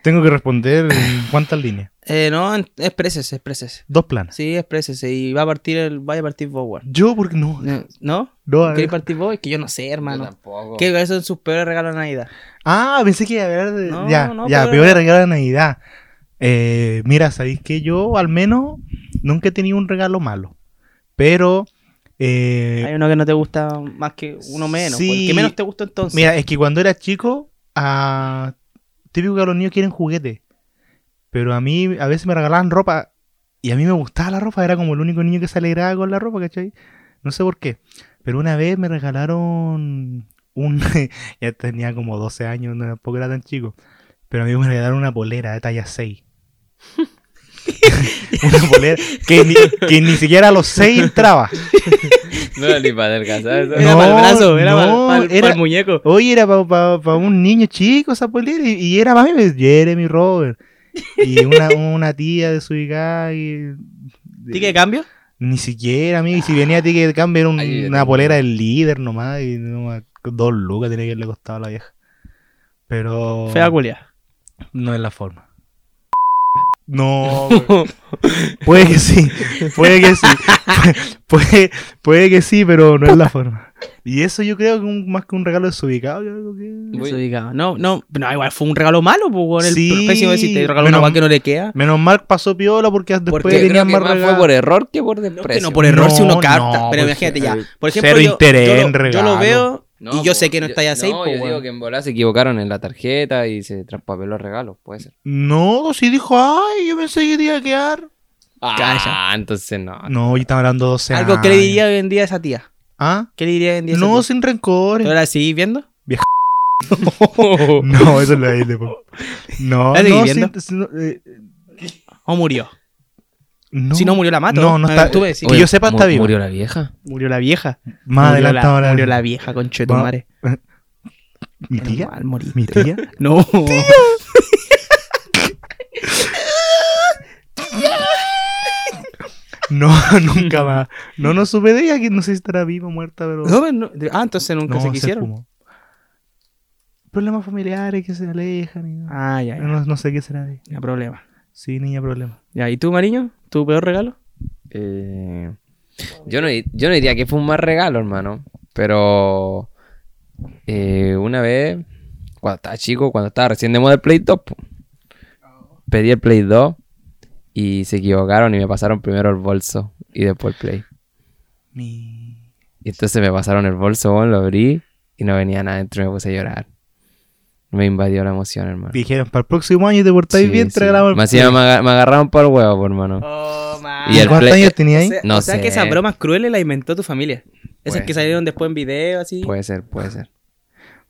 A: Tengo que responder en cuántas líneas.
B: Eh, no, en- exprésese, exprésese.
A: Dos planas.
B: Sí, exprésese. Y va a partir el, vaya a partir vos, weón.
A: Yo, porque no.
B: No, ¿No?
A: No, eh, a
B: ¿Queréis
A: ver.
B: partir vos? Es que yo no sé,
C: Yo
B: hermano.
C: tampoco.
B: ¿Qué cuáles son sus peores regalos de Navidad?
A: Ah, pensé que iba a hablar de.
B: No,
A: ya,
B: no,
A: ya,
B: pero-
A: peor de regalo de Navidad. Eh, mira, sabéis que yo al menos nunca he tenido un regalo malo. Pero. eh,
B: Hay uno que no te gusta más que uno menos.
A: Sí.
B: pues, El que menos te gusta entonces.
A: mira, es que cuando era chico, ah, típico que los niños quieren juguete. Pero a mí a veces me regalaban ropa. Y a mí me gustaba la ropa. Era como el único niño que se alegraba con la ropa, ¿cachai? No sé por qué. Pero una vez me regalaron un... ya tenía como 12 años, no tampoco era tan chico. Pero a mí me regalaron una polera de talla 6. una polera que ni, que ni siquiera a los 6 entraba.
C: No era ni para adelgazar. ¿sabes?
B: Era
A: No,
B: para el brazo, era para
A: no, era-
B: el muñeco.
A: Oye, era para un niño chico esa polera. Y, y era para mí, Jeremy Robert. Y una, una tía de su hija. y-
B: ¿Ti qué cambio?
A: Ni siquiera, amigo. Y si venía a ti que cambio, era un-
C: Ay, yo ya
A: una
C: tengo
A: polera del líder nomás. Y no, dos lucas tenía que haberle costado a la vieja. Pero.
B: Fea culia.
A: No es la forma. No. güey. puede que sí. Puede que sí. puede, puede que sí, pero no es la forma. Y eso yo creo que un- más que un regalo desubicado. Yo creo que...
C: Voy-
B: Desubicado. No, no, no, igual fue un regalo malo, pues, weón. El
A: Sí,
B: pésimo de si te regaló
A: menos-
B: una weá que no le queda.
A: Menos mal pasó piola porque después
C: Porque yo creo
A: tenían
C: que
A: más
C: más fue
A: regalos.
C: por error que por
B: No,
C: desprecio.
B: que no por error si
A: No,
B: uno capta.
A: no,
B: pero
A: pues,
B: imagínate
A: eh,
B: ya. Por ejemplo,
A: cero
B: yo,
A: interés
B: yo lo-
A: en
B: yo lo,
A: regalo.
B: veo
C: No,
B: y yo
C: po,
B: sé que no está ya safe,
C: No,
B: po,
C: yo
B: weón.
C: digo que en volar se equivocaron en la tarjeta y se traspapeló regalos, puede ser.
A: No, sí dijo, ay, yo pensé que te iba a quedar.
C: Ah,
B: Calla.
C: entonces no.
A: No, yo estaba hablando 12
B: Ah. Algo
A: años.
B: que le diría hoy en día a esa tía.
A: ¿Ah?
B: ¿Qué le diría hoy en día a esa
A: No,
B: tía?
A: sin rencores.
B: ¿Tú la seguís viendo?
A: No, eso es lo de po. No,
B: ¿La seguís
A: no,
B: viendo?
A: sin- sin- eh,
B: ¿O murió?
A: no.
B: Si no murió la mato.
A: No, no
B: Ah,
A: está-
B: Tú me decís.
A: Oye, yo sepa,
C: mu-
A: está vivo.
C: Murió la vieja.
B: Murió la vieja.
A: Más
B: murió,
A: adelante
B: la,
A: ahora.
B: murió la vieja, conchetumare.
A: Mi tía.
B: Mal, morí.
A: Mi tía.
B: No.
A: No, nunca más. No, no supe de ella, que no sé si estará viva o muerta, pero.
B: No, pero no- Ah, entonces nunca
A: No,
B: se quisieron.
A: fumó. Problemas familiares que se alejan. y-
B: ah, ya, ya.
A: No, no sé qué será de ella.
B: No hay problema.
A: Sí, niña, problema.
B: Ya, ¿y tú, Mariño? ¿Tu peor regalo?
C: Eh, yo, no, di- yo no diría que fue un mal regalo, hermano. Pero eh, una vez, cuando estaba chico, cuando estaba recién de moda el Play 2, po,
A: Ah.
C: pedí el Play 2 y se equivocaron y me pasaron primero el bolso y después el Play.
A: Mi.
C: Y entonces me pasaron el bolso, weón, lo abrí y no venía nada adentro y me puse a llorar. Me invadió la emoción, hermano.
A: Dijeron, para el próximo año te portáis
C: Sí,
A: bien,
C: sí.
A: te regalamos el
C: Más encima me,
A: Play".
C: aga- me agarraron por el huevo, por hermano.
B: Oh, man.
C: Y el
A: ¿Cuántos
C: play-
A: años tenía ahí?
B: O sea,
C: No
B: o sea
C: sé.
B: que esas bromas crueles las inventó tu familia. Esas
C: Puede
B: que
C: ser.
B: salieron después en video, así.
C: Puede ser, puede ser.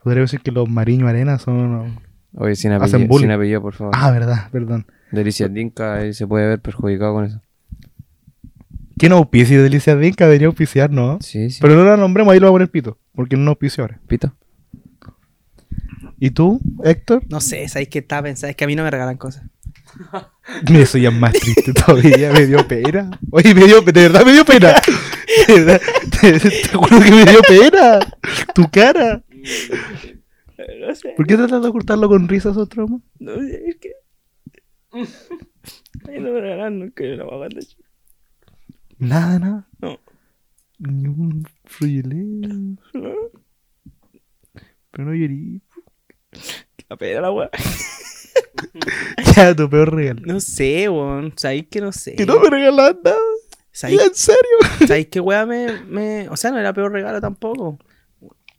A: Podría decir que los Mariño Arena son... unos-
C: Oye, sin
A: Hacen
C: apellido,
A: bullying.
C: sin apellido, por favor.
A: Ah, verdad, perdón.
C: Delicia Dinka eh, se puede ver perjudicado con eso.
A: ¿Quién auspicia Delicias Dinka? Debería auspiciar, ¿no?
C: Sí, sí.
A: Pero no la nombremos, ahí lo va a poner pito. Porque no nos auspicia ahora.
C: Pito.
A: ¿Y tú, Héctor?
B: No sé, sabéis que estaba pensando, es que a mí no me regalan cosas.
A: Eso ya es más triste todavía, me dio pena. Oye, me dio, de verdad me dio pena. De verdad, te, te juro que me dio pena. Tu cara.
B: No sé,
A: ¿Por qué tratas de ocultarlo con risas o traumas?
B: no sé, es que. Ay, no me regalan nunca, yo no me aguanto.
A: Nada, nada.
B: No.
A: Ni un fruyelé. Pero no llorí.
B: La pena la wea.
A: Ya, tu peor regalo.
B: No sé, weón. Sabéis que no sé.
A: Y no me regalas nada.
B: Sabéis
A: ¿En serio?
B: ¿Sabéis qué weá me, me- O sea, no era peor regalo tampoco.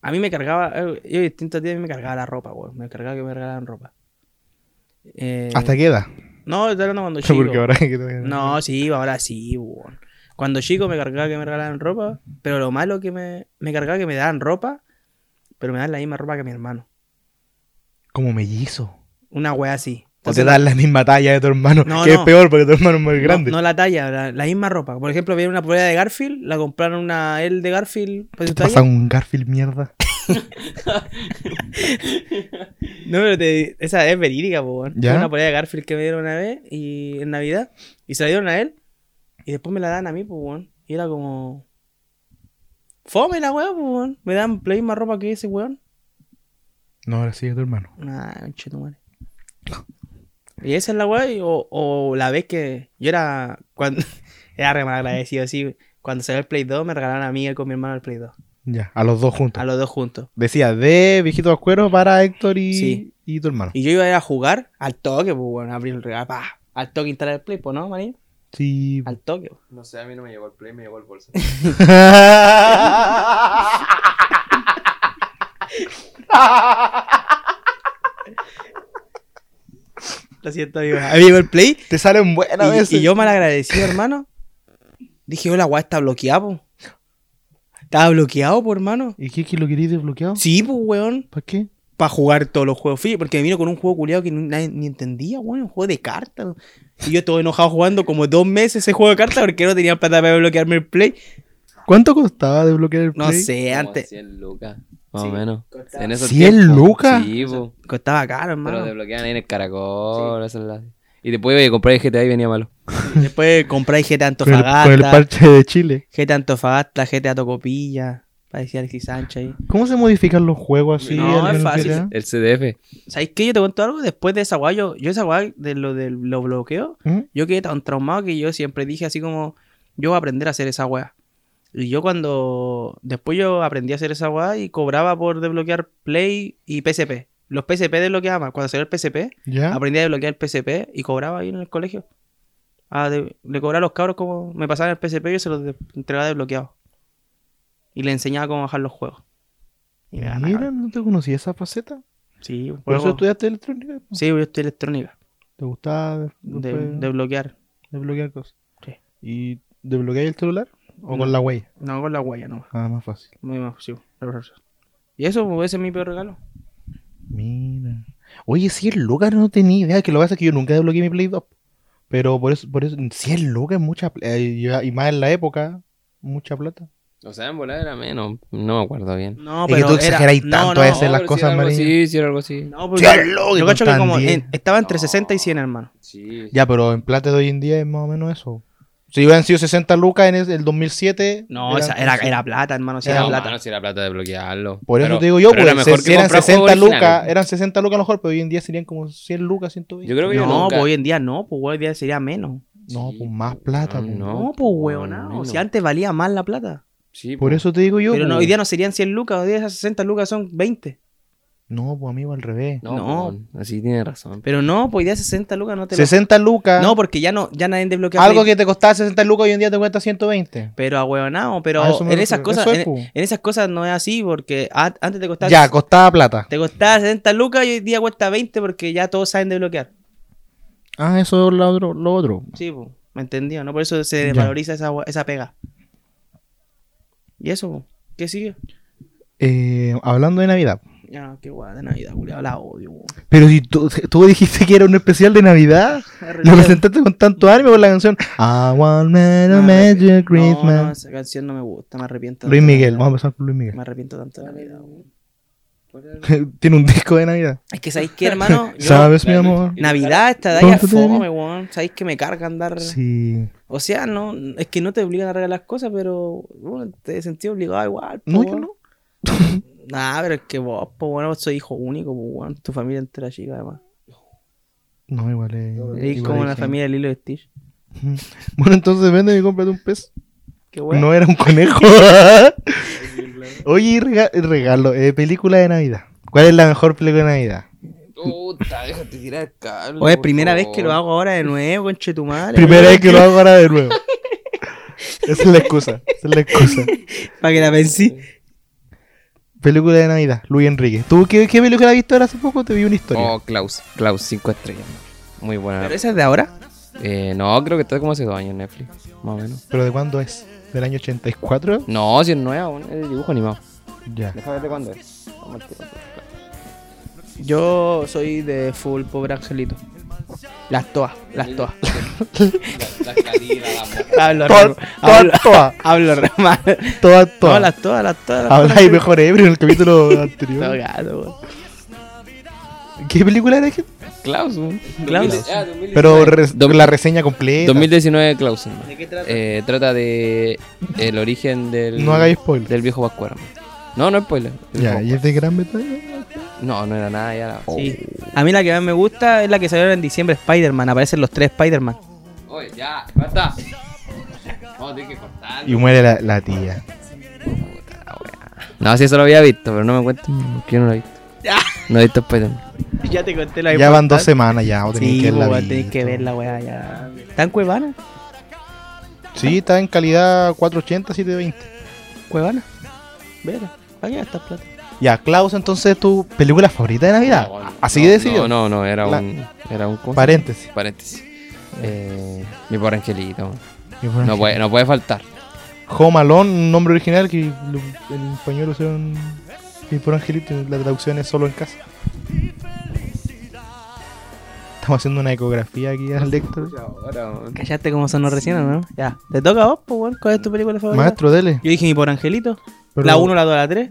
B: A mí me cargaba. eh, Yo distintos días me cargaba la ropa, weón. Me cargaba que me regalaran ropa. Eh,
A: Hasta queda.
B: No, estoy hablando cuando chico.
A: Porque ahora que te-
B: No, sí, ahora sí, weón. Cuando chico me cargaba que me regalaran ropa. Pero lo malo que me. Me cargaba que me daban ropa. Pero me dan la misma ropa que mi hermano.
A: Como mellizo.
B: Una weá así.
A: O te
B: Entonces,
A: dan la misma talla de tu hermano.
B: No,
A: que
B: no.
A: es peor porque tu hermano es más grande.
B: No, no la talla, la, la misma ropa. Por ejemplo, viene una polera de Garfield, la compraron una él de Garfield. pues,
A: ¿Qué te
B: talla.
A: pasa un Garfield mierda?
B: No, pero te- esa es verídica, po, weón.
A: ¿Ya?
B: Fue Una polera de Garfield que me dieron una vez y en Navidad. Y se la dieron a él. Y después me la dan a mí, pues, weón. Y era como. Fome la weón, pues, weón. Me dan la misma ropa que ese weón.
A: No, ahora sí es tu hermano.
B: Nah, conche tu madre. Y esa es la weá, y- o, o la vez que yo era. Cuando, era re mal agradecido, así. Cuando salió el Play 2, me regalaron a mí y con mi hermano el Play 2.
A: Ya, a los dos juntos.
B: A los dos juntos.
A: Decía, de viejito a cuero para Héctor y,
B: Sí.
A: y tu hermano.
B: Y yo iba a ir a jugar al toque, pues, weón. Abrir el regalo, pa. Al toque instalar el Play, pues, ¿no, maní?
A: Sí.
B: Al toque, pues. po.
E: No sé, a mí no me llegó el play, me llegó el bolso.
B: Eh, Lo siento, amigo. A mí llegó el play.
A: Te salen buenas veces.
B: Y, y yo mal agradecido, hermano. Dije, oh, la weá está bloqueada, po. Estaba bloqueado, po, hermano.
A: ¿Y qué, que lo queréis desbloqueado?
B: Sí, pues, weón.
A: ¿Para qué?
B: Para jugar todos los juegos. Fui, porque me vino con un juego culiado que ni- nadie ni entendía, weón. Un juego de cartas. Y yo todo enojado jugando como dos meses ese juego de cartas porque no tenía plata para bloquearme el play.
A: ¿Cuánto costaba desbloquear el
B: No
A: Play?
B: sé, antes.
C: 100 lucas, más o menos. En esos
A: 100
C: tiempos.
A: lucas.
C: Sí, po.
B: Costaba caro,
C: Pero
B: hermano.
C: desbloquean ahí en el caracol, esos lados. Y después iba a comprar el GTA y venía malo.
B: Después compré GTA
A: Con el, con el
B: Antofagasta.
A: parche de Chile.
B: GTA Antofagasta, GTA Tocopilla. Parecía Alexis Sánchez ahí.
A: ¿Cómo se modifican los juegos así?
B: No,
A: al
B: es
A: menos
B: fácil.
A: GTA?
C: El CDF.
B: ¿Sabéis qué? Yo te cuento algo. Después de esa guay, yo, yo esa guay de lo de los bloqueos,
A: ¿Mm?
B: yo quedé tan traumado que yo siempre dije así como, yo voy a aprender a hacer esa guay. Y yo cuando, después yo aprendí a hacer esa guay y cobraba por desbloquear Play y PSP. Los PSP desbloqueaba, cuando salió el PSP,
A: ¿Ya?
B: aprendí a desbloquear el PSP y cobraba ahí en el colegio. Ah, de- le cobraba a los cabros como me pasaban el PSP y yo se los de- entregaba desbloqueado. Y le enseñaba cómo bajar los juegos. Y me ganaba.
A: Mira, no te conocía esa faceta.
B: Sí,
A: Por eso
B: juego-
A: estudiaste electrónica.
B: Sí, yo estoy electrónica.
A: ¿Te gustaba
B: de,
A: después
B: desbloquear.
A: desbloquear cosas?
B: Sí.
A: ¿Y desbloquear el celular? ¿O
B: No.
A: con la huella?
B: No, con la guaya nomás.
A: Ah, más fácil.
B: Muy más sí, la verdad. Y eso, pues, ese es mi peor regalo.
A: Mira. Oye, 100 lucas no tenía idea. Que lo que pasa es que yo nunca desbloqueé mi Play 2. Pero por eso, por eso 100 lucas es mucha plata. Y más en la época, mucha plata.
C: O sea, en volar era menos. No me acuerdo bien.
B: No,
A: Es que tú exageráis tanto a
B: no, oh,
A: veces. Hacer las
C: pero
A: cosas
C: sí era algo
A: amarillas.
C: así, sí, era algo así.
B: No, porque
A: ¡Qué loco!
B: yo, yo cacho que
A: Tan
B: como
A: diez.
B: en- estaba entre
C: No.
B: 60 y 100, hermano.
C: Sí.
A: Ya, pero en plata de hoy en día es más o menos eso. Si hubieran sido 60 lucas en es- el 2007.
B: No,
A: eran
B: esa era,
A: 11.
B: era plata, hermano. Sí,
A: Era
B: era,
C: No,
B: plata.
C: mano, si era plata de bloquearlo.
A: Por eso
C: Pero-
A: te digo yo,
C: pero era
A: pues,
C: mejor
A: se-
C: que
A: si eran
C: comprar
A: 60
C: juegos
A: lucas,
C: originales.
A: eran 60 lucas a lo mejor, pero hoy en día serían como 100 lucas, 120.
C: Yo creo que yo
B: No,
C: nunca-
B: pues hoy en día no, pues hoy en día sería menos.
A: No,
C: Sí,
A: pues más plata.
C: no,
A: pues.
C: no.
B: No, pues
C: pues,
B: weón,
C: menos.
B: si antes valía más la plata.
C: Sí,
A: Por
C: po.
A: eso te digo yo.
B: Pero no,
A: pues.
B: hoy día no serían 100 lucas, hoy día esas 60 lucas son 20.
A: No, pues amigo, al revés.
C: No,
B: No.
C: weón, así tiene razón.
B: Pero no, pues ya 60 lucas no te lo-
A: 60 lucas.
B: No, porque ya no, ya nadie desbloquea.
A: algo que te costaba 60 lucas hoy en día te cuesta 120.
B: Pero ahueonado, pero
A: A eso me
B: en esas
A: refiero,
B: cosas,
A: eso es,
B: en,
A: po.
B: en esas cosas no es así, porque a- antes te costaba,
A: Ya, costaba plata.
B: te costaba 60 lucas y hoy día cuesta 20 porque ya todos saben desbloquear.
A: Ah, eso es lo otro. Lo otro.
B: Sí, pues, me entendió, ¿no? Por eso se
A: Ya.
B: desvaloriza esa, hue- esa pega. ¿Y eso? po? ¿Qué sigue?
A: Eh, hablando de Navidad.
B: Ah, qué guay de Navidad, culiao, la odio, po.
A: Pero si tú, tú dijiste que era un especial de Navidad, lo presentaste con tanto ánimo con la canción I want
B: Me
A: a
B: arrepiento.
A: magic
B: Ah, No, no,
A: Christmas.
B: esa canción no me gusta, me arrepiento.
A: Luis
B: tanto de
A: Miguel,
B: Navidad.
A: vamos a empezar por Luis Miguel.
B: Me arrepiento tanto de Navidad, po.
A: Tiene un disco de Navidad.
B: Es que sabéis que, hermano, Ah, Yo-
A: ¿Sabes, mi amor?
B: Navidad esta de ahí a
A: ¿Cuánto te
B: fome, weón. Sabéis que me carga andar.
A: Sí.
B: O sea, no, es que no te obligan a regalar cosas, pero bueno, te sentí obligado igual. po,
A: No, yo
B: weón.
A: no.
B: Nah, pero es que vos, pues bueno, vos soy hijo único, pues weón. Tu familia entera chica, además.
A: No, igual es.
B: Es
A: igual
B: como
A: es
B: la
A: que-
B: familia de Lilo y Stitch.
A: Bueno, entonces vende y cómprate un pez.
B: Qué weón.
A: No era un conejo. Oye, y rega- regalo, eh, película de Navidad. ¿Cuál es la mejor película de Navidad?
C: Puta, déjate tirar el cable.
B: Oye,
C: por
B: primera vez
C: favor.
B: que lo hago ahora de nuevo, conche tu madre.
A: Primera vez que lo hago ahora de nuevo. Esa es la excusa. Esa es la excusa.
B: Para que la pensé.
A: Película de Navidad, Luis Enrique. ¿Tú qué, qué película has visto ahora hace poco? Te vi una historia.
C: Oh, Klaus. Klaus, 5 estrellas. Muy buena.
B: ¿Pero esa es de ahora?
C: Eh, no, creo que está como hace dos años en Netflix. Más o menos.
A: ¿Pero de cuándo es? ¿Del año 84?
C: No, si es nueva, weón, es de dibujo animado.
A: Ya.
C: Déjame ver de cuándo es. Vamos al tiro.
B: Yo soy de full pobre angelito. Las toas, las toas.
C: La calidad,
B: hablo
C: la mujer.
A: Toda,
B: re- hablo,
A: toda, toda,
B: hablo re mal.
A: toda,
B: No,
A: toda.
B: las toas, las toas. las toas.
A: Habláis mejor ebrio en el capítulo anterior.
B: Drogado, weón.
A: ¿Qué película era? que-
C: Klaus, weón.
B: Klaus.
A: Pero re-
C: ah, Dos-
A: la reseña completa.
C: 2019 Klaus. hermano.
B: ¿De qué trata?
C: Eh, trata de el origen del
A: No hagáis spoiler.
C: del viejo Pascuero. hermano. No, no es spoiler. El
A: Ya,
C: viejo
A: ¿y es de gran metal?
C: Pascuero. No, no era nada, ya era.
B: Sí. A mí la que más me gusta es la que salió en diciembre, Spider-Man. Aparecen los tres Spider-Man.
C: Oye, ya, basta. Vamos a tener que cortar.
A: Y muere la, la tía.
C: No, sí, eso lo había visto, pero no me cuenten que yo no lo he visto. No he visto Spider-Man.
B: Ya te conté la
A: Ya van dos semanas ya, o tenéis
B: Sí,
A: que
B: que
A: verla.
B: tenés
A: visto.
B: que ver la weá ya. ¿Tan cuevana?
A: Sí, está en calidad 480, 720.
B: ¿Cuevana? Vela. ¿Para qué gastas plata?
A: Ya, Klaus, entonces tu película favorita de Navidad. Así que decidió.
C: No, no, no, era
A: La-
C: un. Era un. ¿cómo se
A: Paréntesis.
C: llama? Paréntesis. Eh, mi pobre angelito.
A: Y bueno,
C: No puede, no puede faltar.
A: Home Alone, un nombre original que lo- en español usaron. Y por Angelito, la traducción es solo en casa. Estamos haciendo una ecografía aquí al lector.
B: Callaste como sonó recién, ¿o ¿no? Ya. ¿Te toca a vos, pues, weón? ¿Cuál es tu película favorita?
A: Maestro, dele.
B: Yo dije mi por Angelito.
A: Pero-
B: La 1, la 2, la 3.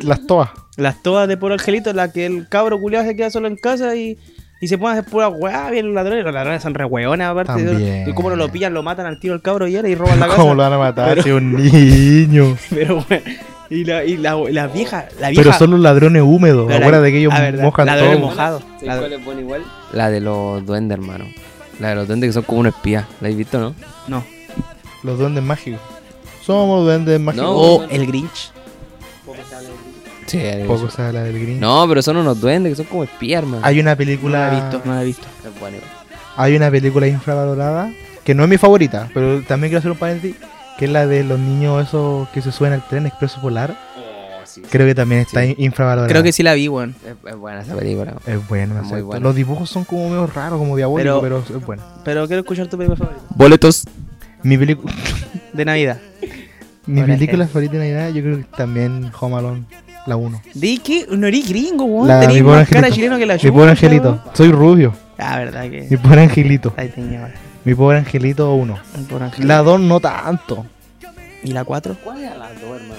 A: Las toas.
B: Las todas de por Angelito, la que el cabro culiado se queda solo en casa y, y se pone a hacer pura weá, bien los ladrones. Los ladrones son re weones, aparte.
A: También.
B: Y como no lo pillan, lo matan al tiro el cabro y era y roban la casa.
A: ¿Cómo lo van a matar? Si es un niño.
B: Pero bueno, y la, y la, y la vieja, la vieja.
A: Pero son los ladrones húmedos.
B: pero la-
A: Acuérdate que ellos
B: la verdad,
A: mojan
B: ladrones
A: todo.
B: mojados. La-
C: La de los duendes, hermano. La de los duendes que son como un espía. ¿La habéis visto, no?
B: No.
A: Los duendes mágicos. Somos duendes mágicos.
C: No,
B: O Oh, el Grinch.
C: Sí, de-
A: Poco se habla del Green.
C: No, pero son unos duendes que son como espías, hermano.
A: Hay una
B: No
A: película.
B: la he visto, Ah, no la he visto.
C: Es bueno, igual.
A: Hay una película infravalorada. Que no es mi favorita. Pero también quiero hacer un paréntesis. Que es la de los niños esos que se suben al tren expreso polar. Creo que también está in- infravalorada.
B: Creo que sí la vi, weón.
C: Es- es buena esa película.
A: Es bueno,
C: Es muy buena.
A: Los dibujos son como medio raros, como diabólicos, pero,
B: Pero-
A: es bueno.
B: Pero quiero escuchar tu película favorita.
C: Boletos.
A: Mi, pelicu-
B: De Navidad.
A: mi
B: Ahora
A: película favorita de Navidad, yo creo que también Home Alone, la 1.
B: Di que no eres gringo, weón.
A: La- mi
B: Tenés
A: pobre
B: más cara
A: angelito.
B: chileno que la
A: Mi
B: chucha,
A: pobre angelito,
B: weón.
A: soy rubio.
B: Ah, verdad que.
A: Mi pobre angelito,
B: Ahí tenía, weón.
A: mi pobre angelito 1.
B: Un pobre angelito.
A: La 2 no tanto.
B: ¿Y la 4?
C: ¿Cuál es la 2, hermano?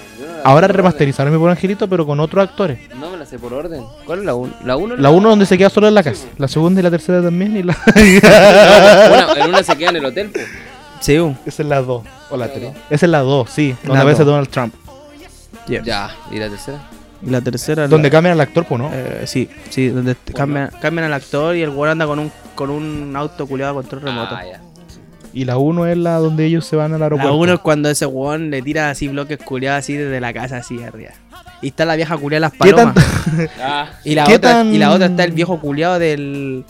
A: Ahora remasterizaron mi pobre angelito, pero con otros actores.
C: No me la sé por orden. ¿Cuál es la 1? La 1
A: La 1 donde se queda solo en la casa. La segunda y la tercera también. Y la...
C: en una se queda en el hotel, po.
B: Sí, weón.
A: Esa es la 2. O la 3. Esa es la 2, sí. Donde
B: La
A: aparece
B: dos.
A: Donald Trump.
C: Ya, y la tercera.
B: Y la tercera.
A: Donde
B: la...
A: cambian al actor, pues, ¿no?
B: eh, sí, sí, donde cambian, cambian al actor y el weón anda con un, con un auto culiado a control remoto.
C: Ah, ya.
A: Y la 1 es la donde ellos se van al
B: La
A: aeropuerto.
B: uno es cuando ese weón le tira así bloques culiados así desde la casa así arriba. Y está la vieja culiada de las
A: ¿Qué
B: palomas.
A: tanto?
C: Ah,
B: Y la,
A: ¿Qué
B: otra,
A: tan-
B: y la otra está el viejo culiado del.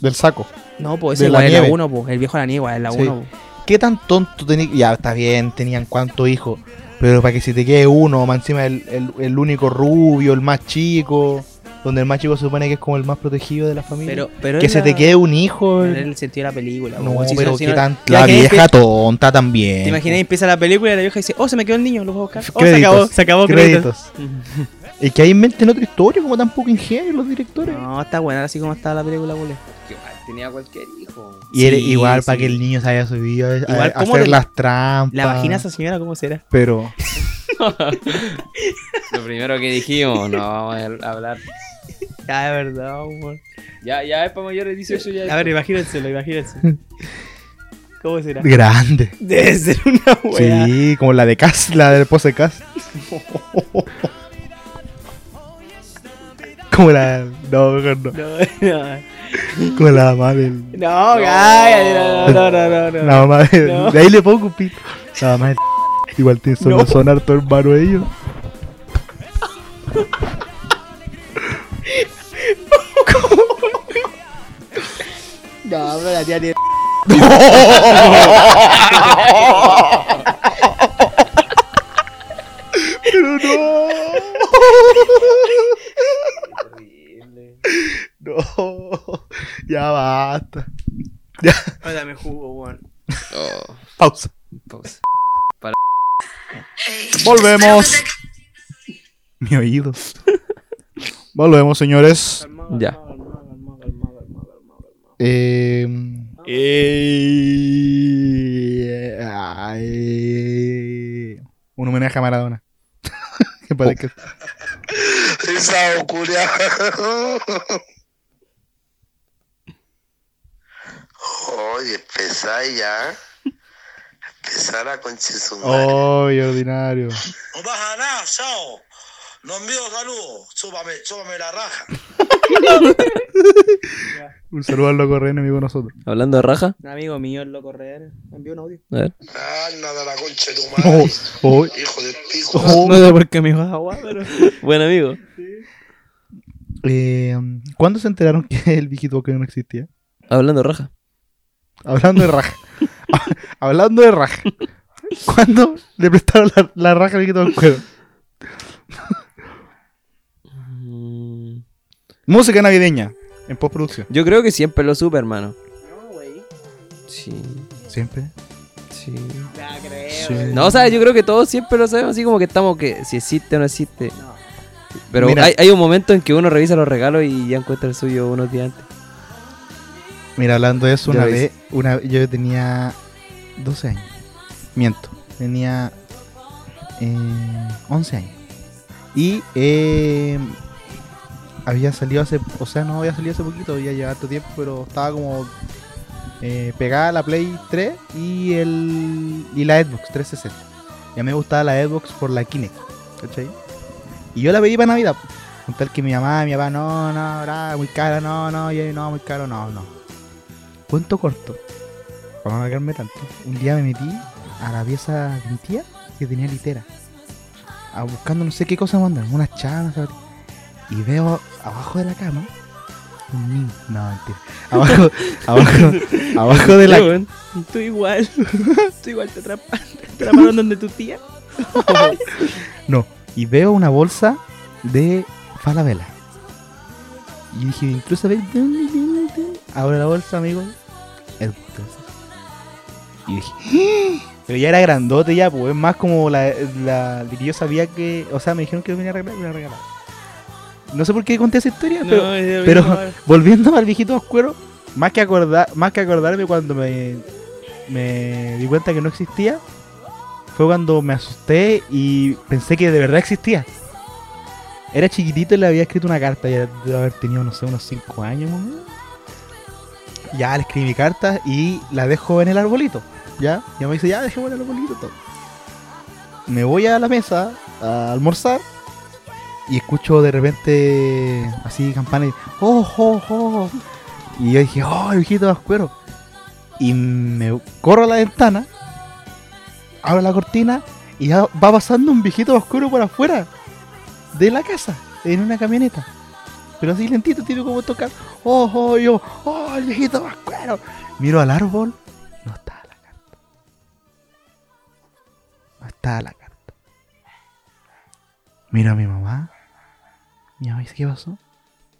A: Del saco.
B: No, pues
A: De
B: ese
A: la
B: igual es la
A: nieve.
B: 1, pues. El viejo de la nieve, igual es la pues.
A: Sí.
B: 1.
A: ¿Qué tan tonto tenía? Ya, está bien, tenían cuántos hijos. Pero para que si te quede uno, más encima el, el, el único rubio, el más chico, donde el más chico se supone que es como el más protegido de la familia.
B: Pero, pero
A: que
B: es
A: se
B: la-
A: te quede un hijo.
B: pero es el sentido de la película.
A: No,
B: pues, si
A: pero
B: son- si
A: qué
B: pues. no-
A: tan.
B: ¿Te
A: La
B: imagináis
A: vieja
B: que-
A: tonta también.
B: ¿Te imagináis? Empieza la película y la vieja dice: Oh, se me quedó el niño, lo puedo buscar. Oh, se
A: Créditos,
B: acabó, se acabó crédito.
A: pues, créditos. Y que ahí inventen otra historia, como tampoco ingenio los directores.
B: No, está buena, así como está la película, boludo.
C: que igual tenía cualquier hijo.
A: Y era
B: Sí,
A: igual para
B: sí.
A: que el niño se haya subido a, a-
B: Igual,
A: a
B: ¿cómo
A: hacer
B: te-
A: las trampas.
B: La vagina de esa señora, ¿cómo será?
A: Pero.
C: Lo primero que dijimos, no vamos a hablar.
B: Ya, de verdad, amor.
C: Ya, ya es para mayores de 18 ya.
B: A ver, imagínenselo, imagínense. ¿Cómo será?
A: Grande.
B: Debe ser una wea.
A: Sí, como la de Cass, la del pose Cass. como la. No, mejor no.
B: No, no,
A: Como la mamá del.
B: no, cállate, no, no, no, no, no.
A: La mamá del.
B: No.
A: De ahí le pongo un pito. La mamá del. Igual te son
B: No.
A: sonar tu hermano a ellos.
B: No, pero la tía tiene.
A: Pero no. No. Ya basta.
B: Ahora me jugo, weón.
C: Oh,
A: Pausa.
C: Pausa.
A: Volvemos. Mi oído. Volvemos, señores.
C: Ya.
A: Eh, eh, ay, un homenaje a Maradona. Que parece que-
G: Esa oscuridad. Oye, empezar ya. Empezar a
A: Oh.
G: conchesunar.
A: Ay, ordinario.
G: No baja nada, chao. No envío saludos. Súbame, súbame la raja.
A: Un saludo al loco René, amigo de nosotros.
C: Hablando de raja,
B: Un amigo mío, el loco Real, me envió un audio.
C: a ver.
G: Anda de la concha de tu
A: Oh,
G: madre.
A: oh,
G: Hijo de pico.
A: oh.
B: sé por qué me dijo agua, pero.
C: Buen amigo.
A: Eh, ¿Cuándo se enteraron que el viejito que no existía?
C: Hablando de raja.
A: Hablando de raja. Hablando de raja. ¿Cuándo le prestaron la, la raja al viejito del cuero?
C: Mm,
A: Música navideña en postproducción.
C: Yo creo que siempre lo supe, hermano.
B: No, wey.
C: Sí,
A: Siempre.
C: sí.
B: Ya creo.
A: Sí.
C: No, sabes, yo creo que todos siempre lo sabemos, así como que estamos que si existe o no existe.
B: No.
C: Pero
A: Mira.
C: hay, hay un momento en que uno revisa los regalos y ya encuentra el suyo unos días antes.
A: Mira, hablando de eso,
C: Ya
A: una
C: lo
A: vez, una yo tenía 12 años. Miento, tenía eh, 11 años. Y eh, había salido hace, o sea, no había salido hace poquito, había llegado harto tiempo, pero estaba como eh, pegada a la Play 3 y, el, y la Xbox 360. Ya me gustaba la Xbox por la Kinect, ¿cachai? Y yo la pedí para Navidad. Con tal que mi mamá, mi papá, no, no, bra, muy caro, no, no, y ahí, no, muy caro, no, no. Cuento corto. Para no alargarme tanto. Un día me metí a la pieza de mi tía que tenía litera. A buscando no sé qué cosa mandar, unas chavas. ¿sabes? Y veo abajo de la cama un niño. No, mentira. Abajo, abajo, abajo de la
B: Tú igual. Tú igual te atrapan. Te atraparon donde tu tía.
A: No, y veo una bolsa de Falabella. Y dije, incluso a ver, dun, dun, dun, dun. abro la bolsa, amigo. El putas. Y dije, ¡Ah! pero ya era grandote ya, pues es más como la, la de que yo sabía que, o sea, me dijeron que venía a regalar, me la regalaron. No sé por qué conté esa historia, pero pero- volviendo al viejito oscuro, más que acordar, más que acordarme cuando me, me di cuenta que no existía, fue cuando me asusté y pensé que de verdad existía. Era chiquitito y le había escrito una carta, ya debe haber tenido, no sé, unos 5 años más o menos. Ya le escribí mi carta y la dejo en el arbolito. Ya, ya me dice, ya dejé en el arbolito todo. Me voy a la mesa a almorzar y escucho de repente así campanas ¡Oh, oh, oh! Y yo dije, ¡oh, el viejito de Ascuero! Y me corro a la ventana, abro la cortina y ya va pasando un viejito oscuro por afuera. de la casa en una camioneta. Pero así lentito, tío, como tocar. Oh, oh, yo, oh, el viejito vascuero. Miro al árbol, no está la carta. No está la carta. Miro a mi mamá. Mi mamá dice, ¿qué pasó?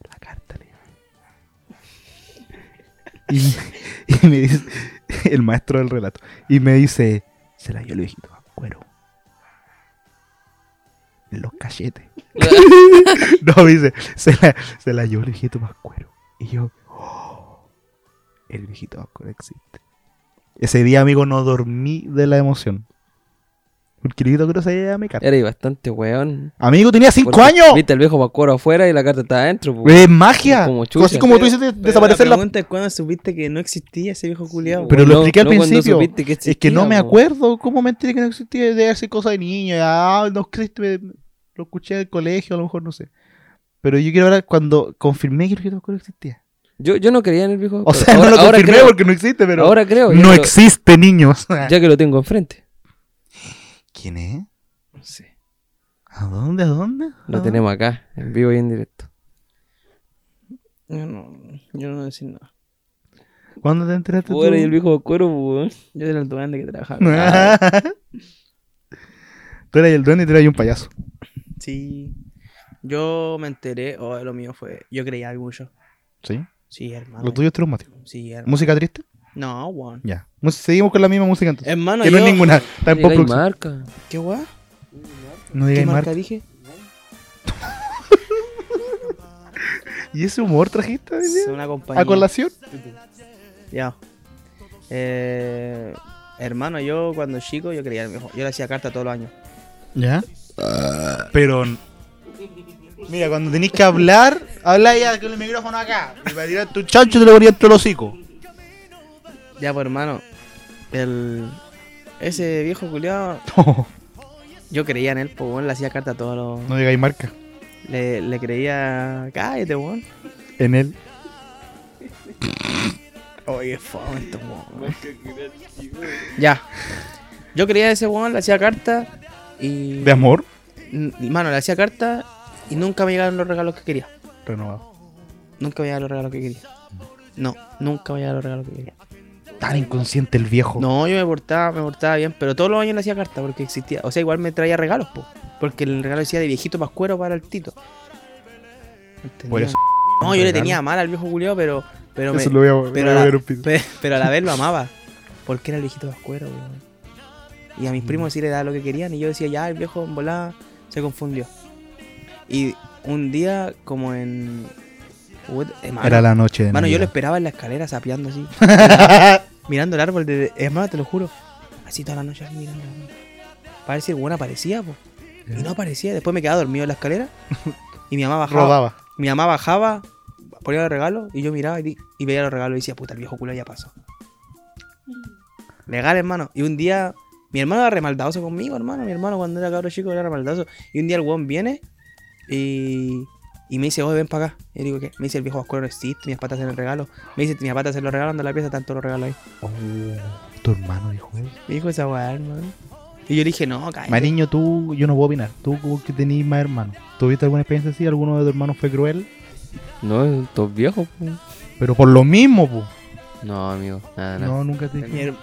A: La carta, le digo. Y, y me dice, el maestro del relato, y me dice, se la dio el viejito vascuero. En los cachetes. No, me dice, se la, se la llevó el viejito Pascuero. Y yo, "Oh, el viejito Pascuero existe. Ese día, amigo, no dormí de la emoción. Porque el viejito creo se lleva mi carta.
C: Era bastante weón.
A: Amigo, tenía 5
C: Porque
A: años.
C: Viste el viejo Pascuero afuera y la carta estaba adentro. pues. po.
A: Es magia.
C: Como chucha.
A: Así como tú dices de- desaparecer
F: la
A: la...
F: pregunta es cuándo supiste que no existía ese viejo culiado.
A: Pero
C: Bueno,
A: lo expliqué al
C: no cuando
A: principio.
C: supiste que
A: es que
C: existía,
A: no me
C: po.
A: acuerdo cómo me enteré que no existía de hacer cosas de niño. Ah, no existe. Lo escuché en el colegio, a lo mejor no sé. Pero yo quiero hablar cuando confirmé que el viejito Pascuero existía.
C: pues. Yo, yo no creía en el viejo
A: O
C: Pascuero.
A: sea, no lo confirmé
C: creo,
A: porque no existe, pero.
C: ahora creo. ya
A: no
C: que lo-
A: existe, niños.
C: Ya que lo tengo enfrente.
A: ¿Quién es?
C: No sé.
A: ¿A dónde? ¿A dónde?
C: Lo
A: ¿A
C: tenemos acá, en vivo y en directo.
B: Yo no, yo no voy a decir nada.
A: dónde? ¿Cuándo te enteraste tú?
C: Fuera y el viejo pues. Pascuero, weón.
B: Yo era el duende que trabajaba.
A: Ah. tú eras el duende y tú eras un payaso.
B: Sí. Yo me enteré, oh, lo mío fue. Yo creía algo mucho.
A: ¿Sí?
B: Sí, hermano.
A: Lo tuyo es traumático.
B: Sí, hermano.
A: ¿Música triste?
B: No, weón.
A: Ya. Mu- Seguimos con la misma música entonces.
B: Hermano,
A: que
B: Eh, yo...
A: no es ninguna. Está en
C: Llega y
A: postproducción.
C: marca.
B: ¿Qué weón?
A: No
B: ¿Qué
A: digáis
B: marca
A: marca.
B: dije?
A: ¿Y ese humor trajiste? hoy día?
B: Es una compañía.
A: ¿A colación?
B: Ya. Eh, hermano, yo cuando chico yo creía el mejor. Yo le hacía carta todos los años.
A: Ya. Pero. Mira, cuando tenéis que hablar, habla ya con el micrófono acá. Y para tirar tu chancho te lo ponía entre el hocico.
B: Ya, pues hermano. El... Ese viejo culiado,
A: No,
B: yo creía en él, pues weón, le hacía carta a todos los.
A: no digáis marca.
B: Le, le creía. Cállate, weón.
A: En él.
B: Oye, fome esto, weón. Ya. Yo creía ese weón, le hacía carta y.
A: De amor.
B: N- Mano, le hacía carta y nunca me llegaron los regalos que quería.
A: Renovado.
B: Nunca me llegaron los regalos que quería. No, nunca me llegaron los regalos que quería.
A: Tan inconsciente el viejo.
B: No, yo me portaba, me portaba bien, pero todos los años le hacía carta porque existía. O sea, igual me traía regalos, po, porque el regalo decía de viejito pascuero para el tito. ¿Entendía?
A: Por eso.
B: no, yo le
A: regalo.
B: tenía mal al viejo Julio, pero. pero me-
A: Eso lo voy a,
B: pero,
A: lo voy
B: a
A: a
B: la,
A: ver un piso.
B: pe- pero a la vez lo amaba. Porque era el viejito vascuero, weón. Y
A: Mm.
B: a mis primos sí le daba lo que querían. Y yo decía, ya, el viejo en volada se confundió. Y un día, como en. What- hermano,
A: Era la noche de
B: hermano, yo lo
A: Navidad.
B: esperaba en la escalera sapeando así. mirando el árbol de. Hermano, te lo juro. Así toda la noche así mirando. el árbol. Para ver si el weón aparecía, po. Y no aparecía. Después me quedaba dormido en la escalera. Y mi mamá bajaba
A: Robaba.
B: mi mamá bajaba, ponía los regalos y yo miraba y, di- y veía los regalos y decía, puta, el viejo culo ya pasó. Legal, hermano. Y un día, mi hermano era remaldadoso conmigo, hermano. Mi hermano cuando era cabro chico era remaldadoso. Y un día el weón viene y, y me dice, oye, ven para acá. Y yo digo, ¿qué? Me dice, el viejo vascuero no existe, mis patas en el regalo. Me dice, mis patas se los regalan de la pieza, tanto los regalos ahí.
A: Oh, tu hermano dijo eso.
B: Me dijo esa weá, hermano. Y yo le dije, no, cállate.
A: Mariño, tú, yo no puedo opinar. Tú como que tenías más hermanos. ¿Tuviste alguna experiencia así? ¿Alguno de tus hermanos fue cruel?
C: No, estos viejos, po.
A: Pero por lo mismo, po.
C: pues. No, amigo, nada, nada.
A: No, nunca te
B: Mi
A: dije.
B: her-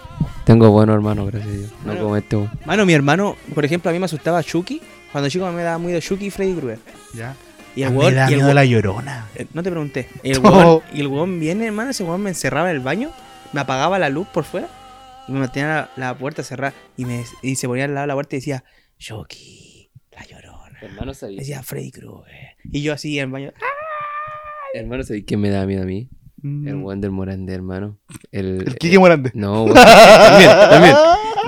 C: Tengo buenos hermanos, gracias a Dios. No
B: Bueno.
C: como este, weón.
B: Mano, mi hermano, por ejemplo, a mí me asustaba Chucky. Cuando chico a mí me daba muy de Chucky y Freddy Krueger.
A: Ya.
B: Y el
A: Ah,
B: weón-
A: me da
B: y el
A: miedo
B: weón-
A: la llorona.
B: Eh, No te pregunté. Y el
A: No.
B: huevón, y el huevón viene, hermano, ese huevón me encerraba en el baño, me apagaba la luz por fuera y me mantenía la, la puerta cerrada. Y, me, y se ponía al lado de la puerta y decía, Chucky, la llorona.
C: Hermano, sabía.
B: Decía Freddy Krueger. Y yo así en el baño, ¡ah!
C: Hermano, sabía que me da miedo a mí. El
A: Mm.
C: weón del Morande, hermano. El. eh,
B: eh,
A: El Kike Morande.
C: No, weón. También,
B: Ah.
C: también.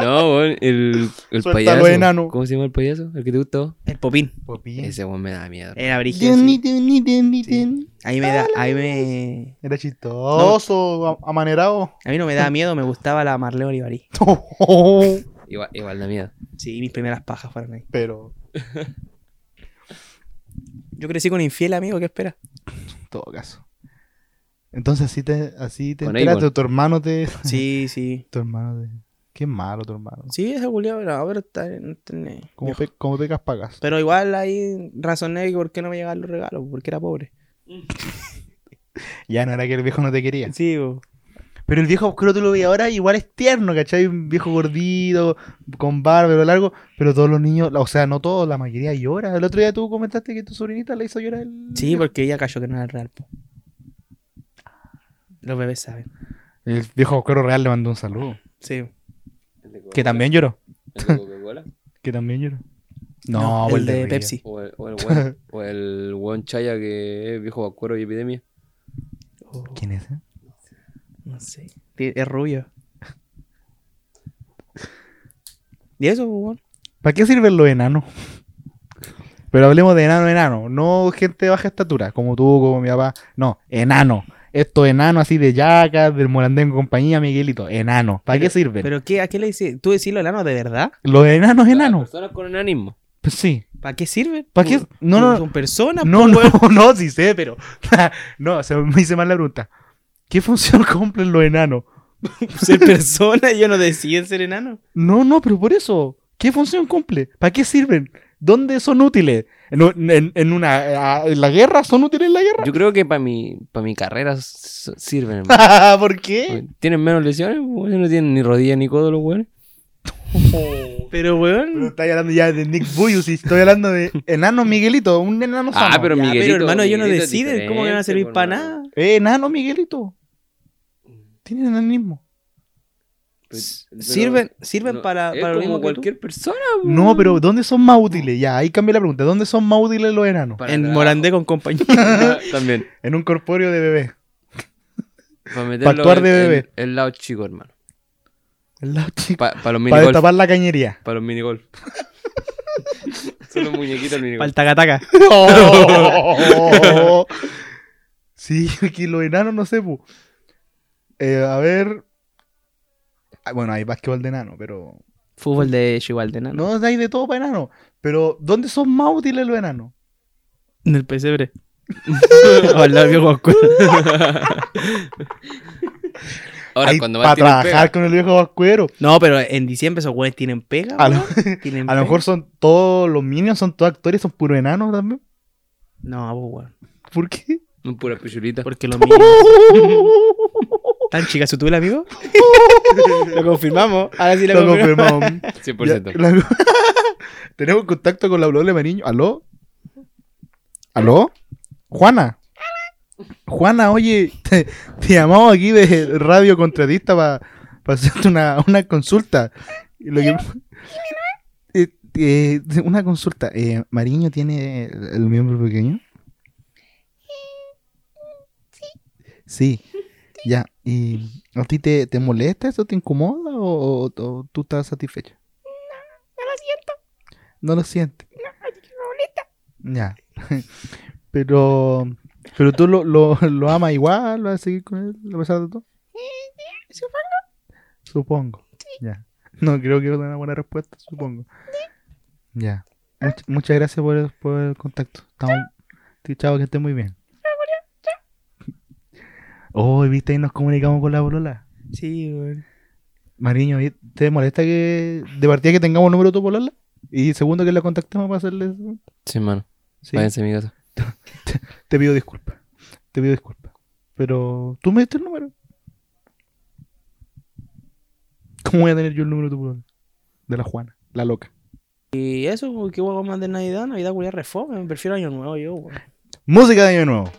C: No, weón. El, el
A: Suéltalo,
C: payaso.
A: enano.
C: ¿Cómo se llama el payaso? ¿El que te gustó?
B: el popín.
A: Popín.
C: Ese weón me da miedo.
A: Eh.
B: Era brígido.
A: Dun,
B: sí.
A: dun, dun, dun.
B: Ahí me da, ahí me.
A: Era chistoso, am- amanerado.
B: A mí no me daba miedo, me gustaba la Marley Olivari.
C: Igual, igual da miedo.
B: Sí, mis primeras pajas fueron ahí.
A: Pero,
B: Yo crecí con infiel, amigo, ¿qué espera?
A: en todo caso. Entonces así te, así te
C: Con
A: enteraste,
C: Avon.
A: tu hermano te...
B: Sí, sí.
A: Tu hermano te... Qué malo tu hermano.
B: Sí, ese culiado, no, pero está en internet.
A: Como, pe- como pecas pagas.
B: Pero igual ahí razoné que por qué no me llegaban los regalos, porque era pobre.
A: Ya no era que el viejo no te quería.
B: Sí, bo.
A: Pero el viejo oscuro tú lo veías ahora, igual es tierno, ¿cachai? Un viejo gordito, con barba, pelo largo. Pero todos los niños, o sea, no todos, la mayoría llora. El otro día tú comentaste que tu sobrinita le hizo llorar. el-
B: Sí, porque ella cayó que no era real. po. Los bebés saben.
A: El viejo oscuro real le mandó un saludo.
B: Sí.
E: ¿El de
A: Que
E: Coca-Cola?
A: también lloró.
E: ¿El de Coca-Cola?
A: Que también lloró.
B: No,
A: pues
B: el de
A: Río.
B: Pepsi.
E: O el, o el buen, o el buen chaya que es viejo vacuero y epidemia.
B: Oh,
A: ¿Quién es? eh?
B: no sé. Ti- Es rubio. ¿Y eso, weón?
A: ¿Para qué sirven los enanos? Pero hablemos de enano, enano. No gente de baja estatura, como tú, como mi papá. No, enano. Estos enanos así de Yaca, del Morandén compañía, Miguelito. Enano. ¿Para qué sirven?
B: ¿Pero qué, a qué le dices? ¿Tú decís lo enano de verdad?
A: Los enanos,
E: Para
A: enanos.
E: Personas con enanismo.
A: Pues sí.
B: ¿Para qué sirve?
A: ¿Para qué? No, no, no.
B: Son personas.
A: No, no, no, sí sé, pero. no, se me hice mal la pregunta. ¿Qué función cumplen los enanos?
B: Ser pues, persona, yo no decidí ser enano.
A: No, no, pero por eso. ¿Qué función cumple? ¿Para qué sirven? ¿Dónde son útiles? ¿En, en- en una, en la guerra? ¿Son útiles en la guerra?
C: Yo creo que para mi, pa' mi carrera s- sirven. hermano.
A: ¿Por qué?
C: Porque Tienen menos lesiones, pues, no tienen ni rodillas ni codo los weones.
B: Pero,
A: Pero
B: weón.
A: estáis hablando ya de Nick Buyus y estoy hablando de enano Miguelito, un enano sano.
C: Ah, pero
B: Ya,
C: Miguelito.
B: pero hermano, ellos no
C: Miguelito es
B: deciden cómo me van a
C: diferente,
B: servir
C: por
B: para
C: hermano.
B: nada.
A: Eh, enano Miguelito. Tiene enanismo.
E: Pero- pero-
B: sirven sirven
E: no,
B: para,
C: Es
B: para lo
C: como
B: mismo que tú.
C: cualquier persona.
A: No, pero ¿dónde son más útiles? Ya, ahí cambia la pregunta. ¿Dónde son más útiles los enanos?
C: Para
B: En
C: trabajo.
B: Morandé con compañía.
C: También.
A: En un corpóreo de bebé.
C: Para meterlo
A: actuar de
C: en- en-
A: bebé.
C: El lado chico, hermano.
A: La chica.
C: Para los
A: Para
C: minigolf.
A: destapar la cañería.
C: Para los minigolf. Son los muñequitos del minigolf.
B: Para el tacataca.
A: sí, aquí los enanos no sé. pu. Eh, a ver. Ah, Bueno, hay básquetbol de enano, pero.
B: Fútbol de Chihuahua, ¿no?
A: No, hay de todo para enano. Pero, ¿dónde son más útiles los enanos?
B: En el pesebre. o al lado viejo oscuro.
C: Ahora,
A: Ahí
C: cuando va
A: para
C: a tirar
A: trabajar con el viejo vascuero.
B: No, pero en diciembre esos güeyes tienen pega.
A: A lo,
B: weón. Tienen
A: a lo
B: pega.
A: mejor son todos los minions, son todos actores, son puro enanos también.
B: No, pues, weón.
A: ¿Por qué?
C: Un pura pichulita.
B: Porque los míos. ¿Tan chica su tula, amigo? lo confirmamos. Ahora sí lo,
A: Lo
B: confirmamos.
A: confirmamos.
C: 100%.
A: Ya, la- Tenemos contacto con la W Mariño. ¿Aló? ¿Aló? Juana. Juana, oye, te, te llamamos aquí de Radio Contratista para hacerte una, una consulta. Lo que- Eh, eh, una consulta. Eh, ¿Mariño tiene el miembro pequeño? Sí. Ya. ¿Y a ti te, te molesta eso? ¿Te incomoda o, o- o tú estás satisfecha? No lo siente. Ya. Pero. Pero tú lo, lo, lo amas igual, vas a seguir con él, a pesar de todo. Supongo. Supongo. Ya. No creo que sea una buena respuesta, supongo. Ya. Much- muchas gracias por el, por el contacto. Estamos... sí, Chao, que esté muy bien. Oh, viste, ahí nos comunicamos con la bolola.
B: Sí, weón.
A: Mariño, ¿y ¿te molesta que de partida que tengamos el número de tu bolola? Y segundo que la contactemos para hacerle
C: Sí, hermano.
A: Sí,
C: Váyanse a mi casa.
A: te pido disculpas. Te pido disculpas. Pero tú me diste el número. ¿Cómo voy a tener yo el número de tu polola? De la Juana, la loca.
B: Y eso, weón, qué huevo más de Navidad. Navidad, culiar refome. Me prefiero Año Nuevo yo, weón.
A: Música de año nuevo.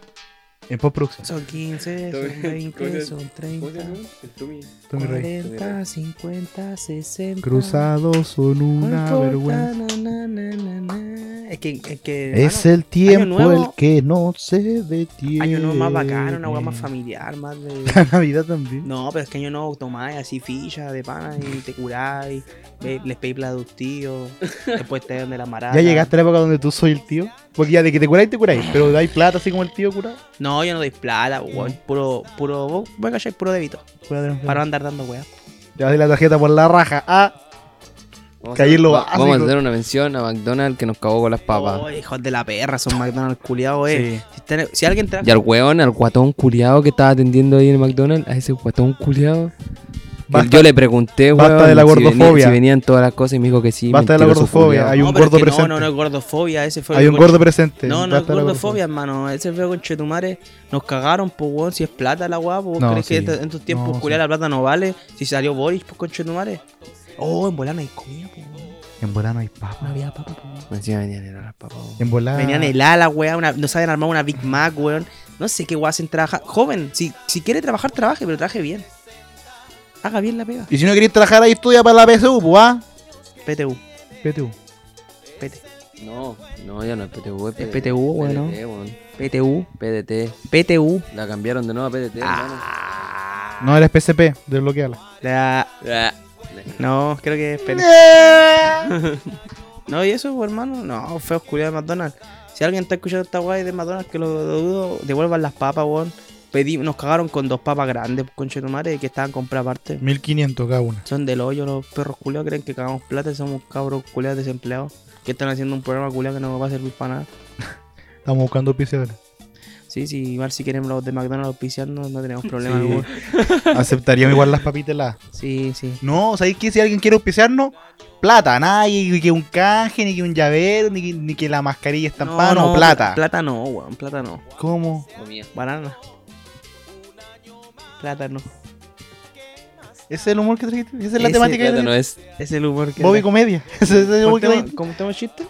A: En postproducción.
B: Son 15,
E: ¿Cómo
B: son
E: se-
B: 20, son
E: ¿Cómo se llama?
B: 30.
E: El Tumi.
A: Tommy Rey.
B: 40, 50, 60.
A: Cruzados son una
B: Corta,
A: vergüenza.
B: na, na, na, na, na. Es que, es que. ah,
A: Es
B: hermano,
A: el tiempo
B: Año
A: el
B: Nuevo-
A: que no se detiene.
B: Año nuevo más bacano, una hueá más familiar, más de.
A: La Navidad también.
B: No, pero es que año nuevo tomáis así fichas de pana y te curáis, ve- les pedís plata a tus tíos, después te dan de la marada.
A: ¿Ya llegaste a la época donde tú soy el tío? Porque ya de que te curáis, te curáis. Pero dais plata así como el tío curado.
B: No, yo no doy plata,
A: Mm.
B: weón. Puro, puro, vos, vos cachai, puro débito.
A: Fuera de la
B: Para no andar dando weá.
A: Te vas de la tarjeta por la raja. Ah,
C: Vamos
A: Que
C: a-
A: ahí lo
C: va-
A: básico.
C: Vamos a hacer una mención a McDonald's que nos cagó con las papas.
B: Oh, hijos de la perra, son McDonald's culiados, eh. Si, están- si alguien trajo.
C: Y al weón, al guatón culiado que estaba atendiendo ahí en el McDonald's, a ese guatón culiado,
A: Basta-
C: Yo le pregunté,
A: basta
C: weón,
A: de la
C: si venía-
A: gordofobia.
C: si venían todas las cosas y me dijo que sí.
A: Basta de la
C: mentiroso
A: gordofobia,
C: culiao.
A: hay un
B: No, pero es
A: gordo
B: que
A: presente.
B: No, no, no es gordofobia, ese fue
A: Hay
B: el
A: un
B: gor-
A: gordo presente.
B: No, no es
A: basta de la
B: gordofobia, hermano. Ese fue con Chetumare. Nos cagaron, pues, weón. Si es plata la weá, pues,
A: No,
B: ¿crees que
A: sí.
B: esta- en estos tiempos,
A: No,
B: culiá,
A: sí.
B: la plata no vale? Si salió Boris, pues, con Chetumare. Oh, en volar no hay comida, pues, weón.
A: En volada no hay papa.
B: Había papa, pues, weón.
C: Me decía, venían a las papas, weón.
A: En volada.
B: Venían heladas, la weá. Una, no saben armar una Big Mac, weón. No sé qué weá hacen trabajar. Joven, si, si quiere trabajar, trabaje, pero trabaje bien. Haga bien la pega.
A: Y si no querés trabajar ahí, estudia para la PSU, pues, ¿ah?
B: PTU,
A: PTU.
B: PT,
C: No, no, ya no es PTU, es
B: Es PTU, weón, ¿no?
C: PDT, weón.
B: PTU,
C: PDT.
B: PTU.
C: La cambiaron de nuevo a PDT,
A: No eres PSP, desbloqueala.
B: Ah. La-
C: hermano.
B: No, creo que es PN. no, y eso, pues, hermano. No, fue oscuridad de McDonald's. Si alguien está escuchando esta guay de McDonald's, que lo dudo, devuelvan las papas, weón. Pedí, nos cagaron con dos papas grandes, conche tu madre, que estaban compradas aparte.
A: 1500 cada una.
B: Son del hoyo los perros culiados, creen que cagamos plata y somos cabros culiados desempleados. Que están haciendo un programa culiado que no va a servir para nada.
A: Estamos buscando auspiciadores.
B: Sí, sí, igual si quieren los de McDonald's auspiciarnos, no tenemos problema alguno.
A: Aceptaríamos igual las papitas heladas.
B: Sí, sí.
A: No, ¿sabéis que si alguien quiere auspiciarnos? Plata, nada, y que un canje, ni que un llavero, ni que, ni que la mascarilla estampada, no, plata.
B: Plata no, weón, plata no.
A: ¿Cómo?
B: Banana. Plata no.
A: ¿Ese es el humor que trajiste? ¿Esa es la
B: Ese
A: temática que
C: Plata no
A: trajiste?
C: es.
B: Es el humor que.
A: Bobby Comedia. ¿Ese es el humor que
B: ¿Contemos,
A: trajiste?
B: contemos chistes?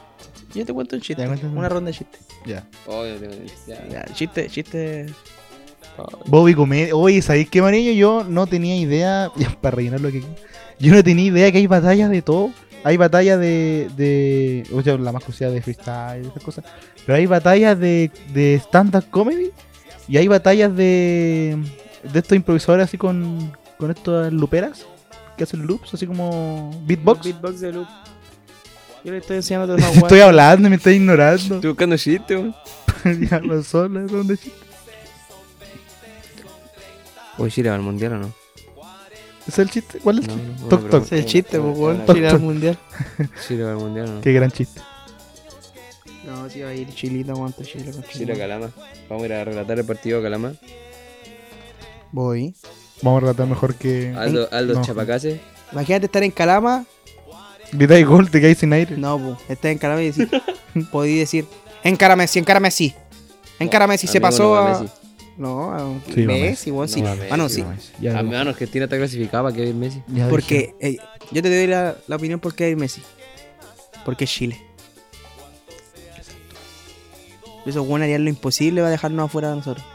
B: Yo te cuento un chiste.
A: Ya, cuéntame.
B: Una ronda de chistes.
A: Ya.
C: Obvio, te- ya,
B: Ya, chiste, chiste.
A: Bobby Comedia. Oye, ¿sabéis qué, amarillo? Yo no tenía idea, para rellenar lo que Yo no tenía idea que hay batallas de todo. Hay batallas de, de. O sea, la más conocida de freestyle, esas cosas. Pero hay batallas de, de stand-up comedy. Y hay batallas de. De estos improvisadores así con. Con estas luperas. Que hacen loops, así como. Beatbox.
B: Beatbox de loop. Yo le estoy enseñando toda esa
A: Estoy
B: guay.
A: hablando, me estoy ignorando.
C: Estoy buscando chiste, weón.
A: ya lo solo, ¿dónde chiste?
C: Oye, Chile va al mundial o no?
A: ¿Es el chiste? ¿Cuál es el
C: No,
A: chiste?
C: no, no,
A: toc,
C: pero-
A: toc.
B: Es el chiste, pues, weón.
C: Toc,
B: Chile al
A: toc.
B: mundial.
C: Chile va al mundial o no?
A: Qué gran chiste.
B: No, sí, va a ir chilito, aguanta chile. con
C: Chile a
B: chile.
C: Calama. Vamos a ir a relatar el partido a Calama.
B: Voy.
A: Vamos a relatar mejor que.
C: Aldo, Aldo
A: No.
C: Chapacases.
B: Imagínate estar en Calama.
A: Grita y gol, te caes sin aire.
B: No, pues, estar en Calama y decir. Podí decir. Encárame, sí, encárame, sí. Encárame, sí, se
C: Amigo,
B: pasó
C: no va
B: a.
C: Messi.
B: No, a un
A: Sí, va
B: Messi, weón, sí.
C: No va Messi,
B: Mano, sí. Ah,
C: no va
A: Ya,
C: A menos que Tina está clasificada para que vaya Messi.
A: ya dije.
B: Porque eh, yo te doy la, la opinión por qué hay Messi. Porque es Chile. Esos buenos harían lo imposible va a dejarnos afuera de nosotros.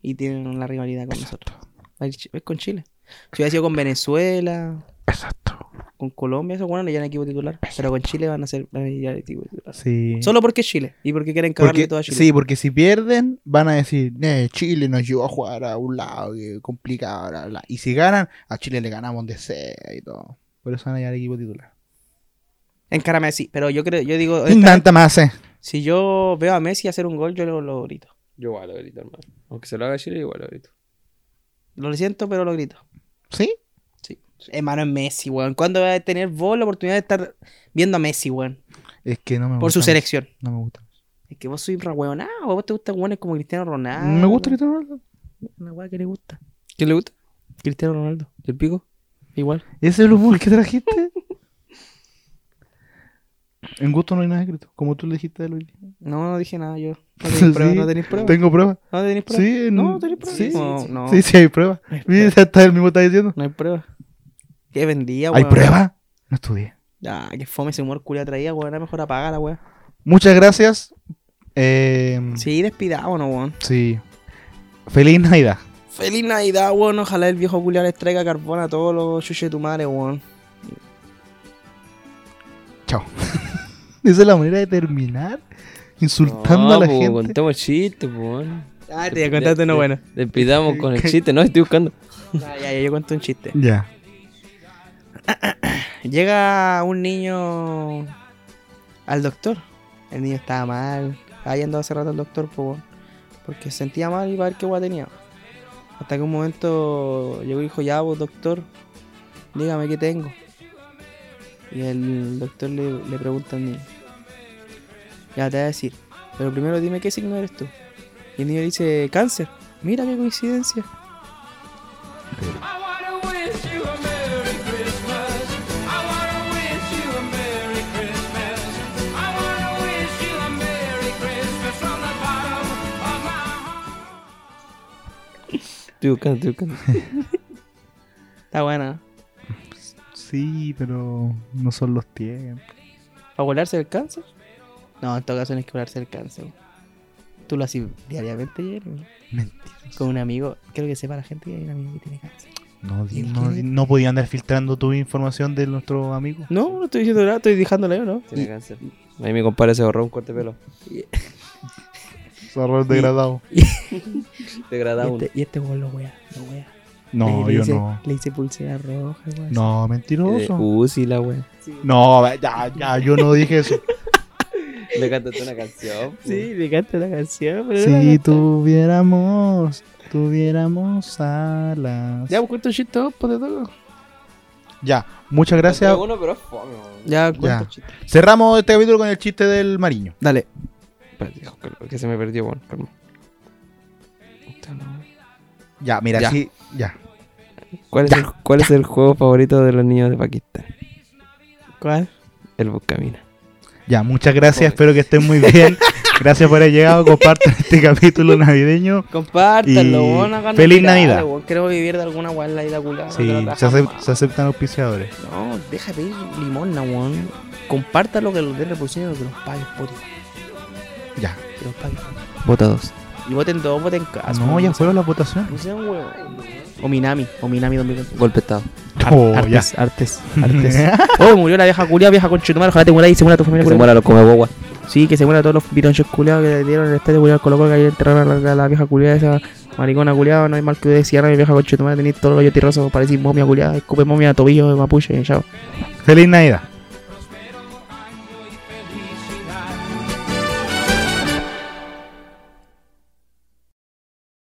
B: Y tienen la rivalidad con nosotros. Va a ir Chi- Es con Chile. Si hubiera sido con Venezuela,
A: Exacto.
B: con Colombia, esos buenos no irían a equipo titular. Pero con Chile van a ser van a ir al equipo titular.
A: Sí.
B: Solo porque es Chile. Y porque quieren cagarle
A: porque,
B: todo a Chile.
A: sí, porque si pierden, van a decir, "Eh, Chile nos llevó a jugar a un lado, que complicado, bla, bla". Y si ganan, a Chile le ganamos de sea y todo. Por eso van a llegar al equipo titular.
B: Encara Messi. Pero yo creo, yo digo,
A: Tanta más, eh.
B: si yo veo a Messi hacer un gol, yo lo, lo grito.
C: Yo igual lo grito, hermano. Aunque se lo haga Chile, igual lo grito.
B: Lo siento, pero lo grito.
A: ¿Sí?
B: Hermano, es Messi, weón. ¿Cuándo vas a tener vos la oportunidad de estar viendo a Messi, weón?
A: Es que no me
B: Por
A: gusta.
B: su selección.
A: No me gusta.
B: Es que vos sois rahueonado, a vos te gustan weones como Cristiano Ronaldo.
A: me gusta Cristiano Ronaldo.
B: Una weá que le gusta.
C: ¿Quién le gusta?
B: Cristiano Ronaldo.
C: ¿Y el pico?
B: Igual.
A: Ese es el humor que trajiste. en gusto no hay nada escrito. Como tú le dijiste a Luis.
B: No, no dije nada yo. No tenéis pruebas,
A: Sí,
B: no tenéis pruebas.
A: Tengo pruebas.
B: No tenéis pruebas.
A: Sí, en-
B: no tenéis pruebas.
A: sí,
B: no, no,
A: Sí, sí, hay pruebas. Mira, hasta él mismo está diciendo.
B: no hay pruebas. Qué vendía, weón.
A: ¿Hay pruebas? No estudié.
B: Ah, qué fome ese humor culia traía, weón. Era mejor apagar la weá.
A: Muchas gracias. Eh, sí.
B: Sí, despidámonos, weón.
A: Feliz Navidad.
B: Feliz Navidad, weón. Ojalá el viejo culia les traiga carbón a todos los chuches de tu madre, weón.
A: Chao. Esa es la manera de terminar. Insultando a la
C: po,
A: gente.
C: Contemos el chiste, po. weón.
B: Ah, te voy a contarte una buena.
C: Despidamos con el chiste, no estoy buscando.
B: Ya, ya, ya, yo cuento un chiste.
A: Ya.
B: Llega un niño al doctor. El niño estaba mal. Estaba yendo hace rato al doctor po, porque se sentía mal y para ver qué guay tenía. Hasta que un momento llegó y dijo, ya vos doctor, dígame qué tengo. Y el doctor le, le pregunta al niño. Ya te voy a decir, pero primero dime qué signo eres tú. Y el niño dice, cáncer. Mira qué coincidencia.
H: I wanna
C: Estoy buscando, estoy buscando.
B: Está buena.
A: Sí, pero no son los tiempos.
B: ¿Para volarse del cáncer? No, en todo caso no es que volarse del cáncer. weón. Tú lo haces diariamente, Jeremy.
A: Mentira.
B: Con un amigo, creo que sepa la gente que hay un amigo que tiene cáncer.
A: No, di- no, di- no podía andar filtrando tu información de nuestro amigo.
B: No, no estoy diciendo nada, estoy dejándole, ¿no?
C: Tiene cáncer. Ahí mi compadre se borró un corte de pelo.
A: Zorro degradado.
C: Degradado.
B: Y este, y este weón lo wea, lo wea.
A: No,
B: le, le
A: yo
B: hice,
A: no.
B: Le hice pulsera roja, weón.
A: No,
C: Eh,
A: mentiroso.
C: Uzi, la wea.
A: No, ya, ya, yo no dije eso.
C: Le cantaste una canción.
B: Sí, le canta la canción, pero no la
A: Si
B: canta.
A: tuviéramos, tuviéramos alas.
B: Ya, pues cuento un chiste, vos, pues, te toco.
A: Ya, muchas gracias.
C: Uno, pero es fome, weón.
B: Ya,
A: Ya.
B: cuento un chiste.
A: Cerramos este capítulo con el chiste del mariño.
B: Dale.
C: Espérate, hijo, pues, que- que se me perdió, bueno, calma. Puta, no.
A: Ya, mira,
C: Ya.
A: sí, ya.
C: ¿Cuál es, el, ¿Cuál es el juego favorito de los niños de Pakistán?
B: ¿Cuál?
C: El Buscamina.
A: Ya, muchas gracias, espero que estén muy bien. Gracias por haber llegado, compartan este capítulo navideño.
B: Compártanlo,
A: Y
B: weón, háganos
A: feliz
B: virales,
A: Navidad.
B: weón. Quiero vivir de alguna weón la vida culada.
A: Sí, se, acep- se aceptan auspiciadores.
B: No, deja de pedir limón, na, weón. Compártalo que los den repulsión que los pague Spotify.
A: Ya.
B: Que los pague Spotify.
C: Vota dos.
B: Y voten todos, voten casa.
A: No,
B: weón.
A: ya fueron las votaciones.
B: No sean weón. O Minami, o Minami 2020.
C: Golpe estado.
B: Ar-
A: Oh, ya.
B: artes, artes, artes. oh, murió la vieja culia, vieja conchetumar. Ojalá te muera y se muera tu familia.
C: Que se
B: culia.
C: muera los come guagua.
B: Sí, que se muera todos los pironchos culiados que le dieron en el estadio culiado al Colo Colo que ayer enterraron a la, a la vieja culiada esa maricona culiada, no hay mal que decir, mi vieja conchetumar, tenéis todos los hoyos tirrosos, parecís momia culiada, escupe momia, tobillo, mapuche, chao.
A: Feliz Navidad.